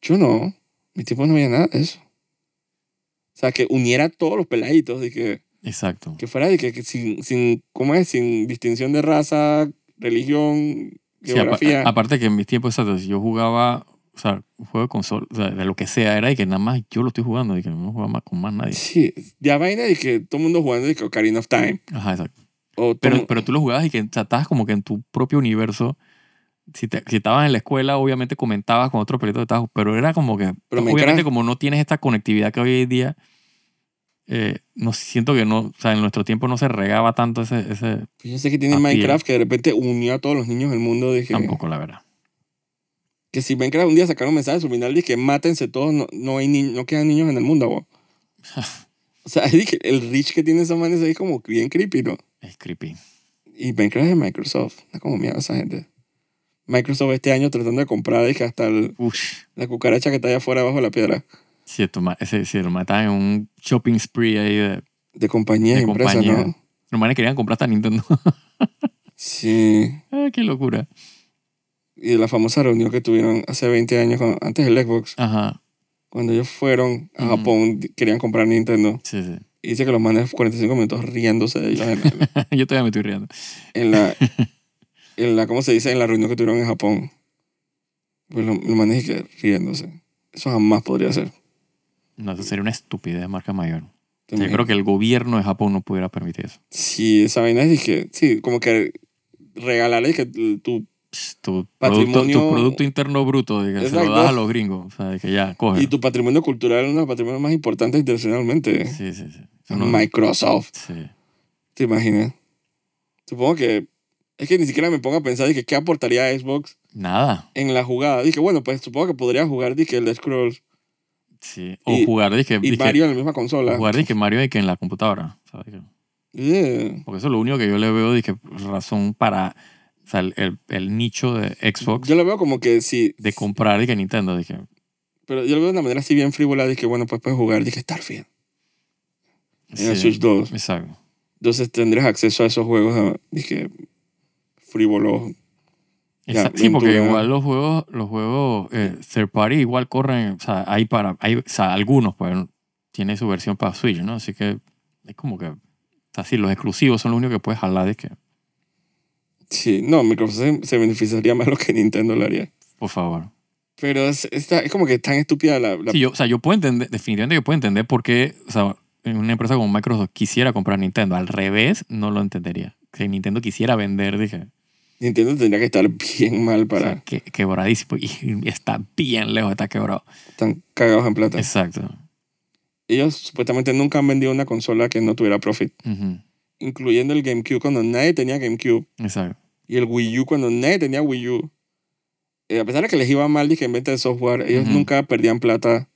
Speaker 1: Yo no. En mis tiempos no había nada de eso. O sea, que uniera a todos los peladitos, de que,
Speaker 2: Exacto.
Speaker 1: que fuera de que, que sin, sin, ¿cómo es? Sin distinción de raza, religión,
Speaker 2: Sí, apa-
Speaker 1: geografía.
Speaker 2: aparte que en mis tiempos exactos, yo jugaba, o sea, un juego de consola, o sea, de lo que sea, era y que nada más yo lo estoy jugando y que no jugaba más con más nadie.
Speaker 1: Sí, ya vaina de que todo el mundo jugando de que Ocarina of Time.
Speaker 2: Ajá, exacto.
Speaker 1: O
Speaker 2: Pero,
Speaker 1: todo-
Speaker 2: pero tú lo jugabas y que o sea, estabas como que en tu propio universo. Si, te- si estabas en la escuela, obviamente comentabas con otro pelito de estabas, pero era como que,
Speaker 1: Pero me
Speaker 2: obviamente
Speaker 1: encanta-
Speaker 2: como no tienes esta conectividad que hoy en día, eh, no siento que no, o sea, en nuestro tiempo no se regaba tanto ese, ese
Speaker 1: pues yo sé que tiene
Speaker 2: Así
Speaker 1: Minecraft que de repente unió a todos los niños del mundo. De que,
Speaker 2: Ah, tampoco, la verdad.
Speaker 1: que si Minecraft un día sacaron un mensaje subliminal de que mátense todos, no, no, hay ni- no quedan niños en el mundo, bo. O sea, es que el reach que tiene esos manes ahí es como bien creepy, ¿no?
Speaker 2: Es creepy.
Speaker 1: Y Minecraft es de Microsoft. Da como miedo a esa gente. Microsoft este año tratando de comprar de que hasta el-
Speaker 2: Ush.
Speaker 1: la cucaracha que está allá afuera bajo la piedra.
Speaker 2: Si sí, lo matan en un shopping spree ahí de
Speaker 1: De compañía
Speaker 2: De
Speaker 1: y empresa,
Speaker 2: compañía.
Speaker 1: ¿no?
Speaker 2: Los manes querían comprar hasta Nintendo.
Speaker 1: Sí.
Speaker 2: Ah, ¡Qué locura!
Speaker 1: y de la famosa reunión que tuvieron hace 20 años, cuando- antes del Xbox,
Speaker 2: Ajá,
Speaker 1: cuando ellos fueron a
Speaker 2: Ujú.
Speaker 1: Japón, di- querían comprar Nintendo.
Speaker 2: sí, sí.
Speaker 1: Y dice que los manes 45 minutos riéndose de ellos en,
Speaker 2: Yo todavía me estoy riendo.
Speaker 1: en la, en la, ¿cómo se dice? En la reunión que tuvieron en Japón. Pues los, los manes que riéndose. Eso jamás podría ser.
Speaker 2: No, eso sería una estupidez de marca mayor.
Speaker 1: ¿Te
Speaker 2: Yo creo
Speaker 1: imaginas?
Speaker 2: que el gobierno de Japón no pudiera permitir eso.
Speaker 1: Sí, esa vaina es que, sí, como que regalarle que tu
Speaker 2: pss, tu, producto,
Speaker 1: Patrimonio-
Speaker 2: tu Producto Interno Bruto, de que se lo
Speaker 1: Exacto.
Speaker 2: das a los gringos. O sea, de que ya, coge.
Speaker 1: Y tu patrimonio cultural es uno de los patrimonios más importantes internacionalmente.
Speaker 2: Sí, sí, sí. Eso no-
Speaker 1: Microsoft,
Speaker 2: Sí.
Speaker 1: ¿te imaginas? Supongo que... Es que ni siquiera me pongo a pensar de que qué aportaría Xbox
Speaker 2: Nada.
Speaker 1: en la jugada. Dije, bueno, pues supongo que podría jugar dije, el Scrolls
Speaker 2: Sí. O
Speaker 1: Y-
Speaker 2: jugar, dije,
Speaker 1: y
Speaker 2: dije-
Speaker 1: Mario en la misma
Speaker 2: o
Speaker 1: consola.
Speaker 2: jugar, dije, Mario y que en la computadora. o sea, dije,
Speaker 1: Yeah.
Speaker 2: Porque eso es lo único que yo le veo, dije, razón para o sea, el, el- el nicho de Xbox
Speaker 1: Yo lo veo como que si...
Speaker 2: de comprar, dije, Nintendo. Dije,
Speaker 1: Pero yo lo veo de una manera así bien frívola. Dije, bueno, pues puedes jugar dije, Starfield en el
Speaker 2: sí,
Speaker 1: Switch 2.
Speaker 2: Exacto.
Speaker 1: Entonces tendrás acceso a esos juegos, ah, dije, frívolos. Ya,
Speaker 2: Exacto, sí, porque
Speaker 1: aventura.
Speaker 2: igual los juegos, los juegos eh, third party igual corren, o sea, hay para, hay, o sea, algunos, pues, tiene su versión para Switch, ¿no? Así que es como que, o sea, sí, los exclusivos son los únicos que puedes jalar, de que,
Speaker 1: Sí, no, Microsoft se, se beneficiaría más lo que Nintendo lo haría.
Speaker 2: por favor.
Speaker 1: Pero es, está- es como que es tan estúpida la... la-
Speaker 2: Sí, yo, o sea, yo puedo entender, definitivamente yo puedo entender por qué, o sea, una empresa como Microsoft quisiera comprar Nintendo, al revés, no lo entendería. Si Nintendo quisiera vender, dije,
Speaker 1: Nintendo tendría que estar bien mal
Speaker 2: o
Speaker 1: para...
Speaker 2: sea, que, quebradísimo, y, y está bien lejos, está quebrado.
Speaker 1: Están cagados en plata.
Speaker 2: Exacto.
Speaker 1: Ellos supuestamente nunca han vendido una consola que no tuviera profit.
Speaker 2: Ujú,
Speaker 1: Incluyendo el GameCube cuando nadie tenía GameCube.
Speaker 2: Exacto.
Speaker 1: Y el Wii U cuando nadie tenía Wii U. Eh, a pesar de que les iba mal, dije, en venta de software, ellos
Speaker 2: Ujú.
Speaker 1: nunca perdían plata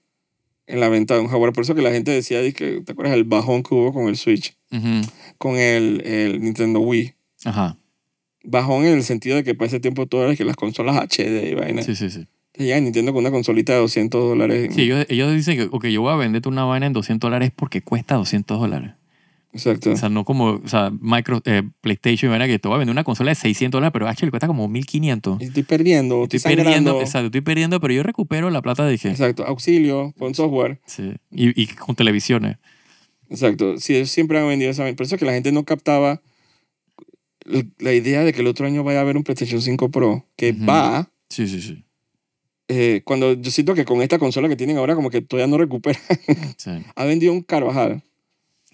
Speaker 1: en la venta de un hardware. Por eso que la gente decía, dije, ¿te acuerdas el bajón que hubo con el Switch?
Speaker 2: Ujú,
Speaker 1: Con el, el Nintendo Wii.
Speaker 2: Ajá.
Speaker 1: Bajón en el sentido de que para ese tiempo todo era que las consolas HD y vaina.
Speaker 2: Sí, sí, sí.
Speaker 1: Te llega Nintendo con una consolita de 200 dólares.
Speaker 2: Sí, ellos, ellos dicen que, ok, yo voy a venderte una vaina en 200 dólares porque cuesta 200 dólares.
Speaker 1: Exacto.
Speaker 2: O sea, no como, o sea, micro, eh, PlayStation, vaina que te voy a vender una consola de 600 dólares, pero actually cuesta como 1500.
Speaker 1: Y Estoy perdiendo, estoy,
Speaker 2: Estoy perdiendo,
Speaker 1: sangrando.
Speaker 2: exacto, estoy perdiendo, pero yo recupero la plata de que,
Speaker 1: Exacto. Auxilio, con software.
Speaker 2: sí, y, y con televisiones.
Speaker 1: Exacto. Sí, ellos siempre han vendido esa vaina. Por eso que la gente no captaba l- la idea de que el otro año vaya a haber un PlayStation 5 Pro. Que
Speaker 2: Ujú.
Speaker 1: va.
Speaker 2: Sí, sí, sí.
Speaker 1: eh, cuando yo siento que con esta consola que tienen ahora, como que todavía no recupera.
Speaker 2: sí.
Speaker 1: ha vendido un Carvajal.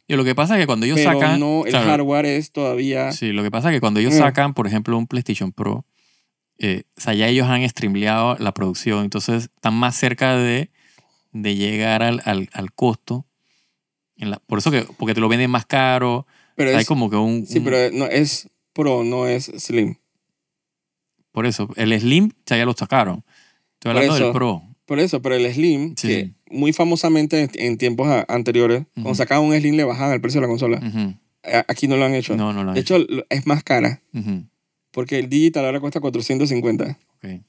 Speaker 2: Y lo que pasa es que cuando ellos
Speaker 1: Pero
Speaker 2: sacan...
Speaker 1: no, el
Speaker 2: ¿sabes?
Speaker 1: hardware es todavía.
Speaker 2: Sí, lo que pasa es que cuando ellos
Speaker 1: Mm.
Speaker 2: sacan, por ejemplo, un PlayStation Pro, eh, o sea, ya ellos han streamleado la producción, entonces están más cerca de, de llegar al, al, al costo. En la- por eso que, porque te lo venden más caro,
Speaker 1: Pero
Speaker 2: hay
Speaker 1: es,
Speaker 2: como que un...
Speaker 1: Sí,
Speaker 2: un-
Speaker 1: pero no, es Pro, no es Slim.
Speaker 2: Por eso, el Slim o sea, ya lo sacaron.
Speaker 1: Por
Speaker 2: Estoy hablando del
Speaker 1: eso.
Speaker 2: Pro.
Speaker 1: Por eso, pero el Slim,
Speaker 2: Sí,
Speaker 1: que
Speaker 2: sí.
Speaker 1: muy famosamente en, en tiempos a- anteriores,
Speaker 2: Ujú.
Speaker 1: cuando sacaban un Slim le bajaban el precio de la consola.
Speaker 2: Ujú.
Speaker 1: A- Aquí no lo han hecho.
Speaker 2: No, no lo han
Speaker 1: Ah, de hecho, lo- es más cara,
Speaker 2: Ujú.
Speaker 1: porque el digital ahora cuesta 450.
Speaker 2: Ok.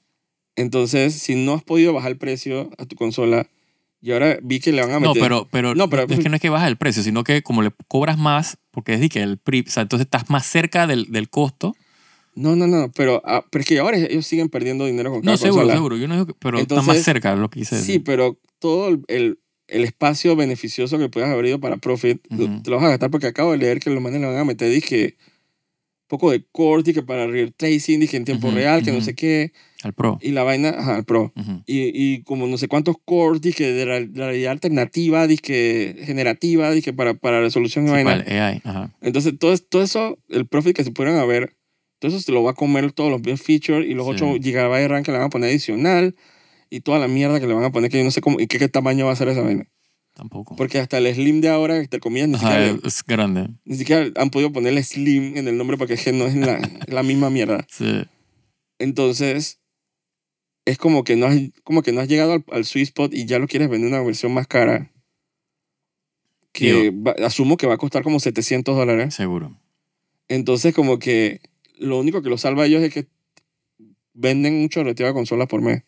Speaker 1: Entonces, si no has podido bajar el precio a tu consola, y ahora vi que le van a
Speaker 2: No,
Speaker 1: meter...
Speaker 2: pero, pero,
Speaker 1: No, pero-
Speaker 2: es que no es que baja el precio, sino que como le cobras más, porque es de que el PRI, o sea, entonces estás más cerca del, del costo.
Speaker 1: No, no, no, pero, ah, pero es que ahora ellos siguen perdiendo dinero con cada
Speaker 2: No, seguro,
Speaker 1: consola.
Speaker 2: seguro. Yo no digo que- pero está más
Speaker 1: Entonces,
Speaker 2: cerca de lo que quise
Speaker 1: Sí,
Speaker 2: decir.
Speaker 1: pero todo el, el- el espacio beneficioso que puedas haber ido para Profit, lo-
Speaker 2: Ujú.
Speaker 1: te lo vas a gastar porque acabo de leer que los manes le van a meter, dije, un poco de corte, que para real tracing, dije, en tiempo
Speaker 2: Ujú,
Speaker 1: real, que no
Speaker 2: ujú.
Speaker 1: sé qué,
Speaker 2: Al pro.
Speaker 1: y la vaina, ajá, el pro.
Speaker 2: Ujú.
Speaker 1: Y, y como no sé cuántos cores, dije, de la, de la realidad alternativa, dije, generativa, dije, para, para resolución y
Speaker 2: Sí,
Speaker 1: vaina.
Speaker 2: para el AI. Ajá.
Speaker 1: Entonces, todo, es- todo eso, el profit que se pudieran haber, todo eso se lo va a comer todos los bien features y los
Speaker 2: Sí.
Speaker 1: 8 GB de RAM que le van a poner adicional y toda la mierda que le van a poner que yo no sé cómo y qué, qué tamaño va a ser esa vaina.
Speaker 2: Tampoco.
Speaker 1: Porque hasta el Slim de ahora, entre comillas, ni,
Speaker 2: Ajá,
Speaker 1: siquiera,
Speaker 2: es grande.
Speaker 1: ni siquiera han podido ponerle Slim en el nombre porque es que no es la, la misma mierda.
Speaker 2: Sí.
Speaker 1: Entonces, es como que no has, como que no has llegado al, al sweet spot y ya lo quieres vender una versión más cara. Que va- asumo que va a costar como 700 dólares.
Speaker 2: Seguro.
Speaker 1: Entonces, como que lo único que los salva a ellos es que venden un chorreteo de consolas por mes.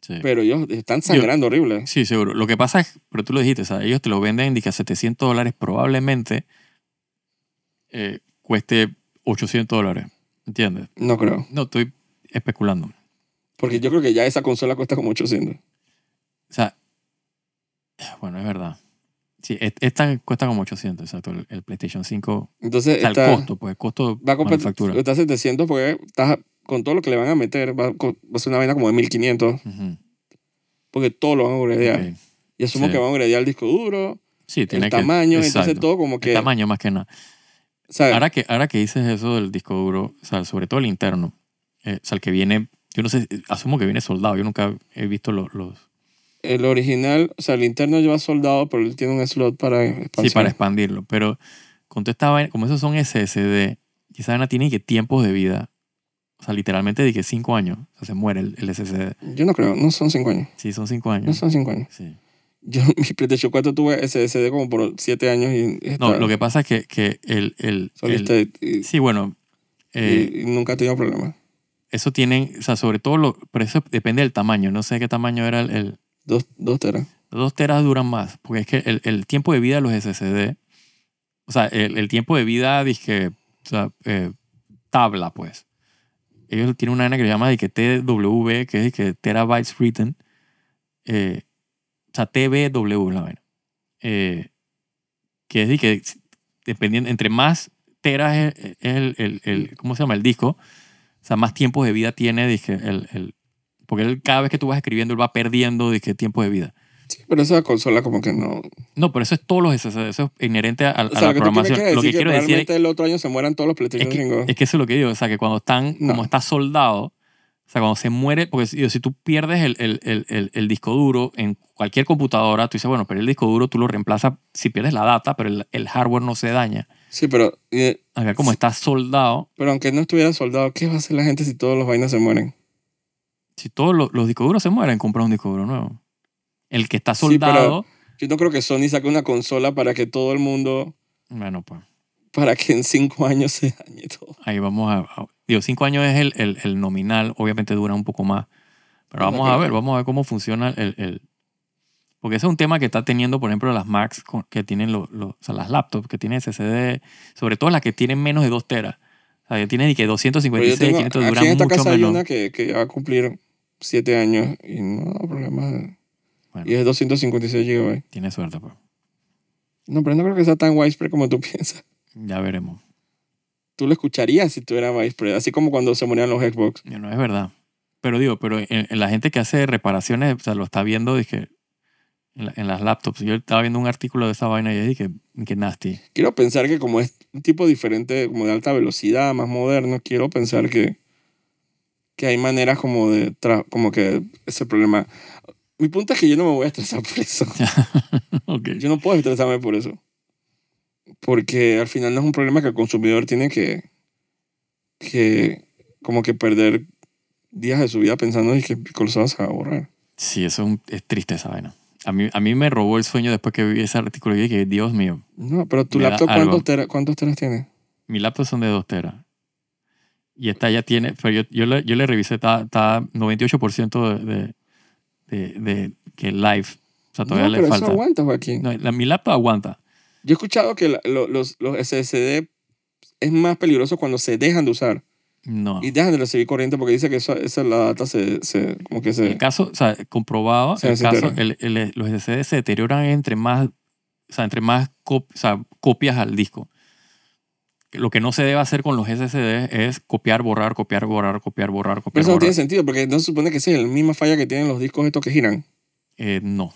Speaker 2: Sí.
Speaker 1: Pero ellos están sangrando horrible.
Speaker 2: Sí, seguro. Lo que pasa es, pero tú lo dijiste, o sea, ellos te lo venden dije, a 700 dólares, probablemente eh, cueste 800 dólares. ¿Entiendes?
Speaker 1: No creo.
Speaker 2: No, estoy especulando.
Speaker 1: Porque yo creo que ya esa consola cuesta como 800.
Speaker 2: O sea, bueno, es verdad. Sí, et- esta cuesta como 800, exacto. El, el PlayStation 5.
Speaker 1: Entonces,
Speaker 2: O sea, el
Speaker 1: está-
Speaker 2: costo, pues, el costo
Speaker 1: va a comprar
Speaker 2: manufactura.
Speaker 1: está a 700 porque estás- con todo lo que le van a meter, va, a co- va a ser una vaina como de 1500.
Speaker 2: Ujú,
Speaker 1: Porque todo lo van a upgradear.
Speaker 2: ok.
Speaker 1: Y asumo
Speaker 2: Sí.
Speaker 1: que van a upgradear el disco duro,
Speaker 2: Sí, tiene
Speaker 1: el
Speaker 2: que-
Speaker 1: tamaño, entonces
Speaker 2: exacto.
Speaker 1: todo como
Speaker 2: El
Speaker 1: que.
Speaker 2: tamaño más que nada.
Speaker 1: ¿sabes?
Speaker 2: Ahora que, ahora que dices eso del disco duro, o sea, sobre todo el interno, Eh, o sea, el que viene, yo no sé, asumo que viene soldado, yo nunca he visto los... los
Speaker 1: El original, o sea, el interno lleva soldado, pero él tiene un slot para expansión.
Speaker 2: sí, para expandirlo, pero con toda esta vaina- como esos son SSD, y esa vaina tiene que tiempos de vida, o sea, literalmente dije 5 años, o sea, se muere el, el SSD.
Speaker 1: Yo no creo, no son cinco años.
Speaker 2: Sí, son 5
Speaker 1: No
Speaker 2: años.
Speaker 1: son cinco años.
Speaker 2: Sí.
Speaker 1: Yo mi PlayStation 4 tuve SSD como por siete años y
Speaker 2: No,
Speaker 1: está-
Speaker 2: lo que pasa es que, que el, el, el-
Speaker 1: soliste y,
Speaker 2: Sí, bueno, eh,
Speaker 1: y- y nunca he tenido problemas.
Speaker 2: eso tienen, o sea, sobre todo, lo, pero eso depende del tamaño, no sé qué tamaño era el... el-
Speaker 1: Dos, dos teras.
Speaker 2: los dos teras duran más, porque es que el, el tiempo de vida de los SSD, o sea, el, el tiempo de vida, dije, o sea, eh, tabla, pues. Ellos tienen una vaina que se llama dizque, TW, que es dizque, terabytes written, eh, o sea, TBW es la vaina. Eh, que es que dependiendo, entre más teras es, es el, el- el- ¿cómo se llama? El disco, o sea, más tiempos de vida tiene, dije, el, el- porque él, cada vez que tú vas escribiendo, él va perdiendo, dije, tiempos de vida.
Speaker 1: Sí, pero esa consola como que no...
Speaker 2: No, pero eso es todos los SSD, eso es inherente a, a
Speaker 1: O
Speaker 2: la
Speaker 1: sea, lo que tú me
Speaker 2: programación.
Speaker 1: quieres
Speaker 2: lo que
Speaker 1: decir que
Speaker 2: quiero decir es,
Speaker 1: realmente el otro año se mueran todos los PlayStation
Speaker 2: es
Speaker 1: 5.
Speaker 2: es que eso es lo que digo, o sea, que cuando están,
Speaker 1: No.
Speaker 2: como está soldado, o sea, cuando se muere, porque si, si tú pierdes el, el- el- el- el disco duro en cualquier computadora, tú dices, bueno, pero el disco duro tú lo reemplazas, si pierdes la data, pero el, el hardware no se daña.
Speaker 1: Sí, pero, eh,
Speaker 2: Acá como está soldado,
Speaker 1: pero aunque no estuviera soldado, ¿qué va a hacer la gente si todos los vainas se mueren?
Speaker 2: si todos los, los discos duros se mueren, compras un disco duro nuevo. El que está
Speaker 1: Sí, pero-
Speaker 2: soldado,
Speaker 1: Yo no creo que Sony saque una consola para que todo el mundo,
Speaker 2: bueno, pues
Speaker 1: para que en cinco años se dañe todo.
Speaker 2: ahí vamos a... a- digo, cinco años es el, el- el nominal, obviamente dura un poco más, pero
Speaker 1: Bueno,
Speaker 2: vamos a
Speaker 1: claro.
Speaker 2: ver, vamos a ver cómo funciona el... el- porque ese es un tema que está teniendo, por ejemplo, las Macs con- que tienen los, los- o sea, las laptops que tienen SSD, sobre todo las que tienen menos de 2 teras. O sea, que tienen y que
Speaker 1: Pero yo
Speaker 2: 256,
Speaker 1: tengo,
Speaker 2: 500 duran
Speaker 1: aquí en esta
Speaker 2: mucho
Speaker 1: casa hay
Speaker 2: menos.
Speaker 1: una que, que ya va a cumplir siete años y no da problemas.
Speaker 2: Bueno.
Speaker 1: Y es 256 GB.
Speaker 2: Tiene suerte, pues.
Speaker 1: No, pero no creo que sea tan widespread como tú piensas.
Speaker 2: Ya veremos.
Speaker 1: Tú lo escucharías si tú eras widespread, así como cuando se morían los Xbox.
Speaker 2: Ya No es verdad. Pero digo, pero en, en la gente que hace reparaciones, o sea, lo está viendo, dije, en, la- en las laptops. Yo estaba viendo un artículo de esa vaina y dije, que nasty.
Speaker 1: Quiero pensar que como es un tipo diferente, como de alta velocidad, más moderno, quiero pensar que, que hay maneras como de tra- como que ese problema. Mi punto es que yo no me voy a estresar por eso.
Speaker 2: Ok.
Speaker 1: Yo no puedo estresarme por eso. Porque al final no es un problema que el consumidor tiene que, que como que perder días de su vida pensando en que mi consola se va a borrar.
Speaker 2: Sí, eso es, un- es triste esa vaina. A mí, a mí me robó el sueño después que vi ese artículo y dije, Dios mío,
Speaker 1: No, pero tu
Speaker 2: Me da
Speaker 1: laptop,
Speaker 2: algo.
Speaker 1: ¿cuántos, tera- ¿cuántos teras tiene?
Speaker 2: mi laptop son de 2 teras. Y esta ya tiene, pero yo, yo, le, yo le revisé, está, está 98% de, de, de, de que live. O sea, todavía
Speaker 1: no,
Speaker 2: le
Speaker 1: pero
Speaker 2: falta.
Speaker 1: eso aguanta, Joaquín.
Speaker 2: No, la, mi laptop aguanta.
Speaker 1: Yo he escuchado que la- lo- los, los SSD es más peligroso cuando se dejan de usar
Speaker 2: No.
Speaker 1: y dejan de recibir corriente porque dice que esa, esa la data se, se- como que se...
Speaker 2: El caso, o sea, comprobado,
Speaker 1: Se
Speaker 2: el caso,
Speaker 1: deterioran.
Speaker 2: el, el- los SSD se deterioran entre más, o sea, entre más cop- o sea, copias al disco. Lo que no se debe hacer con los SSD es copiar, borrar, copiar, borrar, copiar, borrar,
Speaker 1: Pero
Speaker 2: copiar,
Speaker 1: eso no
Speaker 2: borrar.
Speaker 1: tiene sentido porque no se supone que esa es la misma falla que tienen los discos estos que giran.
Speaker 2: Eh, no,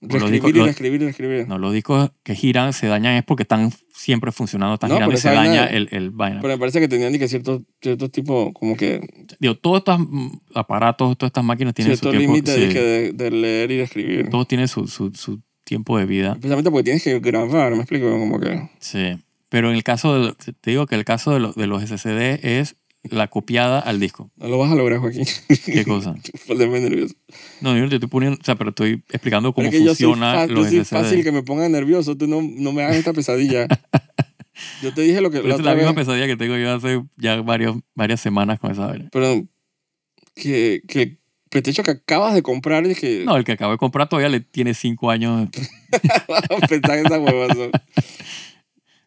Speaker 2: Los discos-
Speaker 1: Reescribir y
Speaker 2: los-
Speaker 1: reescribir y reescribir.
Speaker 2: no, los discos que giran se dañan es porque están siempre funcionando, están
Speaker 1: No,
Speaker 2: girando
Speaker 1: pero
Speaker 2: y se
Speaker 1: esa vaina-
Speaker 2: daña el, el vaina.
Speaker 1: Pero me parece que tenían que ciertos cierto tipo como que
Speaker 2: Digo, todos estos mm, aparatos, todas estas máquinas tienen su
Speaker 1: cierto
Speaker 2: tiempo,
Speaker 1: límite
Speaker 2: sí,
Speaker 1: dije, de, de leer y de escribir.
Speaker 2: todos tienen su, su, su tiempo de vida.
Speaker 1: Precisamente porque tienes que grabar, me explico como que...
Speaker 2: Sí, pero en el caso de, lo- te digo que el caso de, lo- de los SSD es la copiada al disco.
Speaker 1: No lo vas a lograr, Joaquín.
Speaker 2: ¿Qué cosa?
Speaker 1: Ponerme nervioso.
Speaker 2: No, yo no te estoy poniendo, o sea, pero estoy explicando cómo
Speaker 1: Pero es que yo soy
Speaker 2: funciona
Speaker 1: fa-
Speaker 2: los
Speaker 1: yo soy fácil
Speaker 2: SSD.
Speaker 1: que me ponga nervioso. Tú no, no me hagas esta pesadilla. yo te dije lo que
Speaker 2: Pero
Speaker 1: la
Speaker 2: esta es la
Speaker 1: otra
Speaker 2: misma
Speaker 1: vez.
Speaker 2: pesadilla que tengo yo hace ya varios, varias semanas con esa vaina.
Speaker 1: Pero que, que el PlayStation que acabas de comprar y que
Speaker 2: No, el que acabo de comprar todavía le tiene cinco años
Speaker 1: vas a pensar en esa huevazo.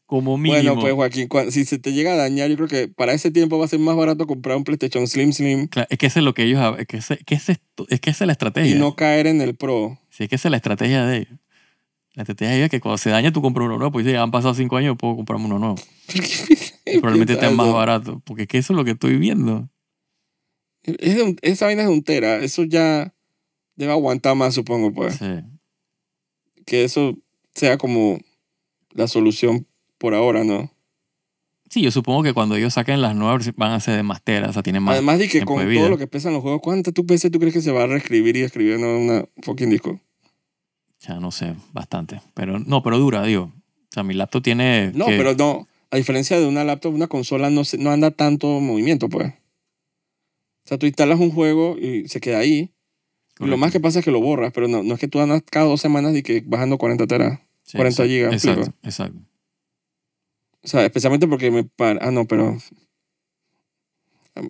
Speaker 2: como mínimo.
Speaker 1: bueno, pues Joaquín, cua- si se te llega a dañar, yo creo que para ese tiempo va a ser más barato comprar un PlayStation Slim Slim
Speaker 2: Claro, es que eso es lo que ellos... hab- Es que, ese- que ese es, to- es que esa es
Speaker 1: y
Speaker 2: la estrategia.
Speaker 1: no caer en el Pro.
Speaker 2: Sí, es que esa es la estrategia de ellos. La estrategia de ellos es que cuando se daña tú compras uno nuevo, pues ya han pasado cinco años, puedo comprarme uno nuevo. Y probablemente esté más barato. Porque es que eso es lo que estoy viendo.
Speaker 1: Es de un- esa vaina es de un tera. Eso ya debe aguantar más, supongo, pues.
Speaker 2: Sí.
Speaker 1: Que eso sea como la solución por ahora, ¿no?
Speaker 2: Sí, yo supongo que cuando ellos saquen las nuevas versi- van a ser de más teras, o sea, tienen más.
Speaker 1: Además de que
Speaker 2: tiempo
Speaker 1: con
Speaker 2: de vida.
Speaker 1: todo lo que pesan los juegos, ¿cuántas tú veces tú crees que se va a reescribir y escribir en una fucking disco?
Speaker 2: Ya no sé, bastante. Pero no, pero dura, digo. O sea, mi laptop tiene.
Speaker 1: No,
Speaker 2: que-
Speaker 1: pero no. A diferencia de una laptop, una consola no, se- no anda tanto movimiento, pues. O sea, tú instalas un juego y se queda ahí. Y Lo más que pasa es que lo borras, pero no, no es que tú andas cada dos semanas y que bajando 40 teras.
Speaker 2: Sí,
Speaker 1: 40
Speaker 2: exacto,
Speaker 1: gigas,
Speaker 2: Exacto,
Speaker 1: pico.
Speaker 2: exacto.
Speaker 1: O sea, especialmente porque me... par- Ah, no, pero...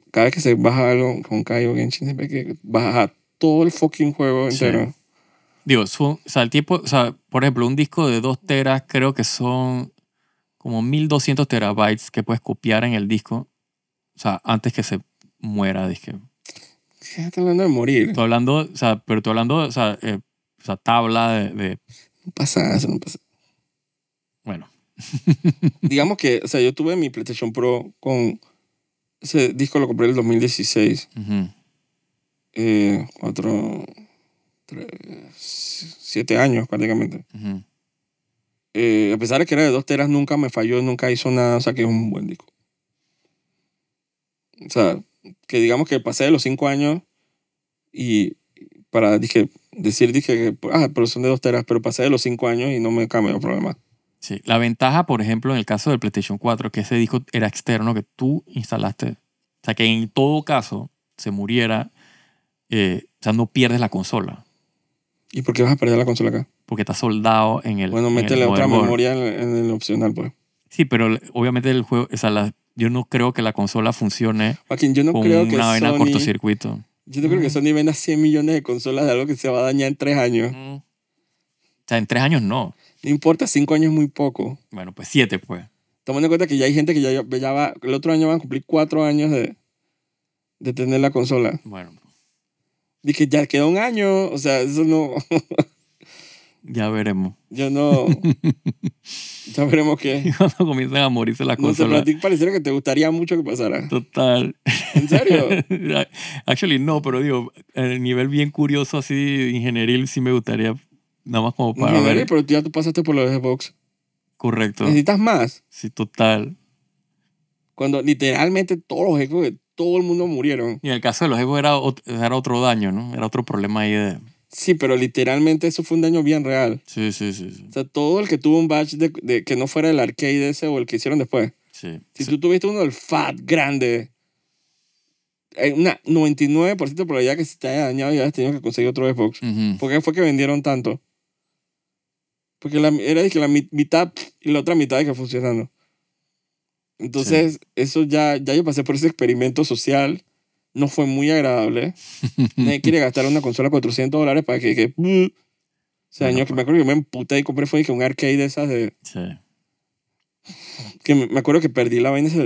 Speaker 1: Cada vez que se baja algo con Kai o Genshin, siempre hay que baja todo el fucking juego
Speaker 2: Sí.
Speaker 1: entero.
Speaker 2: Digo, su- o sea, el tiempo, o sea, por ejemplo, un disco de 2 teras creo que son como 1200 terabytes que puedes copiar en el disco, o sea, antes que se muera, dije.
Speaker 1: ¿Qué estás hablando de morir?
Speaker 2: Estoy hablando, o sea, pero estoy hablando, o sea, eh, o sea, tabla de, de-
Speaker 1: No pasa nada, eso no pasa.
Speaker 2: bueno,
Speaker 1: Digamos que, o sea, yo tuve mi PlayStation Pro con... Ese disco lo compré en el 2016.
Speaker 2: ujú,
Speaker 1: Eh, cuatro... Tres, siete años prácticamente.
Speaker 2: ujú.
Speaker 1: Eh, a pesar de que era de dos teras, nunca me falló, nunca hizo nada, o sea que es un buen disco. O sea, que digamos que pasé de los cinco años y para dije, decir, dije, que, ah, pero son de dos teras, pero pasé de los cinco años y no me cambió problema.
Speaker 2: Sí, la ventaja, por ejemplo, en el caso del PlayStation 4, que ese disco era externo que tú instalaste, o sea, que en todo caso se muriera, eh, o sea, no pierdes la consola,
Speaker 1: ¿Y por qué vas a perder la consola acá?
Speaker 2: porque está soldado en el
Speaker 1: Bueno,
Speaker 2: en el
Speaker 1: métele otra
Speaker 2: motherboard.
Speaker 1: memoria en, en el opcional, pues.
Speaker 2: Sí, pero l- obviamente el juego, o sea, la- yo no creo que la consola funcione
Speaker 1: Joaquín, yo no
Speaker 2: con
Speaker 1: creo que
Speaker 2: una vaina a
Speaker 1: Sony,
Speaker 2: cortocircuito.
Speaker 1: yo no creo que
Speaker 2: Ujú.
Speaker 1: Sony venda 100 millones de consolas de algo que se va a dañar en tres años.
Speaker 2: Mm. O sea, en tres años no.
Speaker 1: No importa, cinco años es muy poco.
Speaker 2: Bueno, pues siete, pues.
Speaker 1: tomando en cuenta que ya hay gente que ya, ya va, el otro año van a cumplir cuatro años de, de tener la consola.
Speaker 2: Bueno,
Speaker 1: Dije, ya queda un año, o sea, eso no,
Speaker 2: ya veremos.
Speaker 1: yo no, ya veremos qué.
Speaker 2: Cuando comiencen a morirse las
Speaker 1: No sé, pero a
Speaker 2: consolas.
Speaker 1: ti pareciera que te gustaría mucho que pasara.
Speaker 2: Total.
Speaker 1: ¿En serio?
Speaker 2: Actually, no, pero digo, el nivel bien curioso así, ingenieril, sí me gustaría. Nada más como
Speaker 1: No,
Speaker 2: para
Speaker 1: Valeria,
Speaker 2: ver.
Speaker 1: pero tú ya tú pasaste por los Xbox.
Speaker 2: Correcto.
Speaker 1: Necesitas más.
Speaker 2: Sí, total.
Speaker 1: Cuando literalmente todos los Xbox de todo el mundo murieron.
Speaker 2: Y en el caso de los Evo era ot- era otro daño, ¿no? Era otro problema ahí de...
Speaker 1: Sí, pero literalmente eso fue un daño bien real.
Speaker 2: Sí, sí, sí. Sí.
Speaker 1: O sea, todo el que tuvo un batch de, de- que no fuera el arcade ese o el que hicieron después.
Speaker 2: sí.
Speaker 1: Si tú tuviste uno del fat grande, hay una 99% de probabilidad que se te haya dañado y hayas tenido que conseguir otro Xbox.
Speaker 2: Ujú.
Speaker 1: ¿Por qué fue que vendieron tanto? Porque la, era dizque, la mi- mitad y la otra mitad de que funcionando. Entonces, eso ya, ya yo pasé por ese experimento social. No fue muy agradable. Nadie quiere gastar una consola 400 dólaños para que... que o sea,
Speaker 2: Bueno,
Speaker 1: yo que me acuerdo que yo me emputé y compré fue dizque, un arcade de esas de...
Speaker 2: Sí.
Speaker 1: Que me me acuerdo que perdí la vaina, esa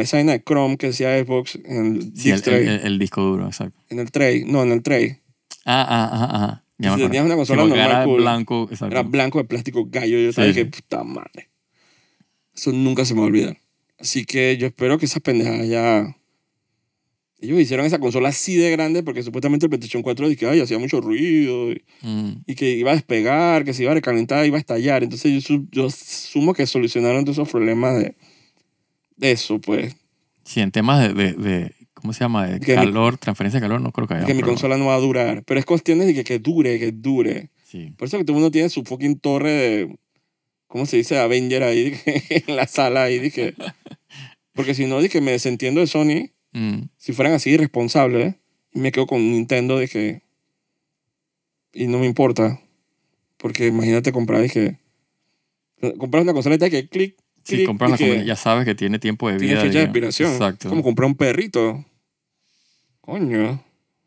Speaker 1: esa vaina de Chrome que decía Xbox en el,
Speaker 2: Sí, el,
Speaker 1: disc tray,
Speaker 2: el- el- el disco duro, exacto.
Speaker 1: en el tray. No, en el tray.
Speaker 2: Ah, ah, ah, ah. Ya
Speaker 1: si
Speaker 2: me
Speaker 1: tenías una
Speaker 2: acuerdo. Sí,
Speaker 1: consola
Speaker 2: porque
Speaker 1: normal,
Speaker 2: era
Speaker 1: cool,
Speaker 2: blanco, exacto.
Speaker 1: era blanco de plástico gallo. Yo estaba
Speaker 2: Sí.
Speaker 1: dije, puta madre. Eso nunca se me va a olvidar. Así que yo espero que esas pendejadas ya... Ellos hicieron esa consola así de grande porque supuestamente el PlayStation 4 dije, ay, hacía mucho ruido y,
Speaker 2: Mm,
Speaker 1: y que iba a despegar, que se iba a recalentar, iba a estallar. Entonces yo, su- yo sumo que solucionaron todos esos problemas de, de eso, pues.
Speaker 2: sí, en temas de, de, de- ¿cómo se llama? De
Speaker 1: Que mi-
Speaker 2: calor, transferencia de calor, Ah, no creo que haya.
Speaker 1: que
Speaker 2: un
Speaker 1: mi
Speaker 2: problema.
Speaker 1: consola no va a durar. Pero es cuestión de que, que dure, que dure.
Speaker 2: Sí.
Speaker 1: Por eso que todo el mundo tiene su fucking torre de. ¿Cómo se dice? Avenger ahí en la sala ahí. Dije. Porque si no, dije, me desentiendo de Sony.
Speaker 2: Mm,
Speaker 1: Si fueran así irresponsables, y me quedo con Nintendo, dije. Y no me importa. Porque imagínate comprar, dije. Comprar una consola y te que clic.
Speaker 2: sí,
Speaker 1: clic,
Speaker 2: compras la
Speaker 1: dije,
Speaker 2: comida, ya sabes que tiene tiempo de vida.
Speaker 1: Tiene fecha de
Speaker 2: digamos.
Speaker 1: expiración.
Speaker 2: Exacto.
Speaker 1: Como comprar un perrito. Coño.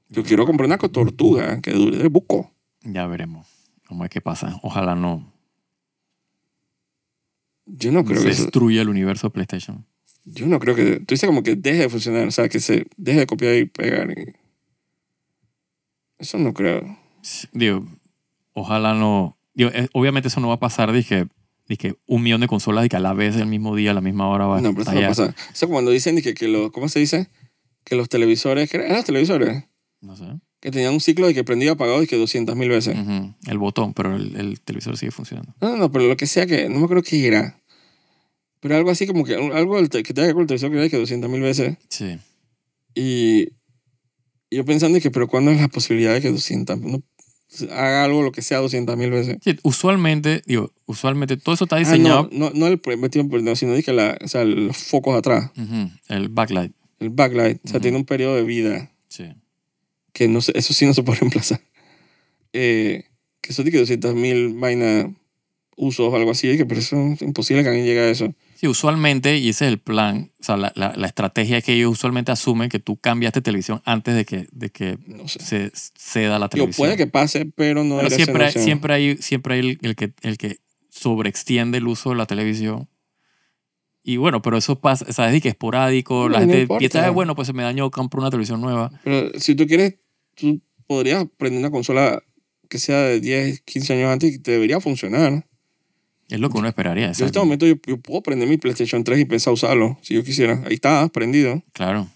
Speaker 1: Yo quiero comprar una tortuga que dure de buco.
Speaker 2: Ya veremos cómo es que pasa. Ojalá no,
Speaker 1: Yo no creo
Speaker 2: se
Speaker 1: que eso-
Speaker 2: destruya el universo de PlayStation.
Speaker 1: yo no creo que tú dices como que deje de funcionar, o sea, que se deje de copiar y pegar. y- Eso no creo.
Speaker 2: Sí, Digo, ojalá no. Digo, eh, obviamente eso no va a pasar, dije, dije un millón de consolas y que a la vez, el mismo día, a la misma hora va a
Speaker 1: no, pero eso no
Speaker 2: estallar.
Speaker 1: pasa. Eso como cuando dicen que, que los, ¿cómo se dice? Que los televisores, que eran los televisores,
Speaker 2: No sé.
Speaker 1: que tenían un ciclo de que prendía y apagado y que 200 mil veces.
Speaker 2: Ujú, El botón, pero el, el televisor sigue funcionando.
Speaker 1: No, no, no, pero lo que sea que, no me acuerdo qué era. Pero algo así como que algo del te- que tenga que ver con el televisor que ya dije 200 mil veces.
Speaker 2: Sí.
Speaker 1: Y y yo pensando, y que, pero ¿cuándo es la posibilidad de que 200 no, haga algo lo que sea 200 mil veces?
Speaker 2: Sí, usualmente, digo, usualmente todo eso está
Speaker 1: Ah,
Speaker 2: diseñado.
Speaker 1: no, no, no el metido en no, sino dije la, o sea, los focos atrás,
Speaker 2: Ujú, el backlight.
Speaker 1: el backlight. O sea,
Speaker 2: Ujú.
Speaker 1: tiene un periodo de vida
Speaker 2: Sí.
Speaker 1: que no se- eso sí no se puede reemplazar. Eh, que eso tiene 200 mil vainas usos o algo así, dije, pero eso es imposible que alguien llegue a eso.
Speaker 2: Sí, usualmente, y ese es el plan, o sea, la, la, la estrategia es que ellos usualmente asumen que tú cambiaste televisión antes de que, de que
Speaker 1: No sé.
Speaker 2: se ceda la
Speaker 1: Digo,
Speaker 2: televisión.
Speaker 1: puede que pase, pero no debería
Speaker 2: Pero
Speaker 1: ser
Speaker 2: siempre,
Speaker 1: una
Speaker 2: hay-
Speaker 1: opción.
Speaker 2: siempre hay, siempre hay el, el que, el que sobreextiende el uso de la televisión. Y bueno, pero eso pasa, o sea, es de que esporádico,
Speaker 1: No,
Speaker 2: la
Speaker 1: no
Speaker 2: gente
Speaker 1: importa.
Speaker 2: piensa, "Ah, bueno, pues se me dañó, compro una televisión nueva.
Speaker 1: Pero si tú quieres, tú podrías prender una consola que sea de 10, 15 años antes y te debería funcionar.
Speaker 2: Es lo que uno
Speaker 1: Yo
Speaker 2: esperaría,
Speaker 1: en este
Speaker 2: exacto.
Speaker 1: momento yo, yo puedo prender mi PlayStation 3 y pensar usarlo, si yo quisiera. Ahí está, prendido.
Speaker 2: Claro.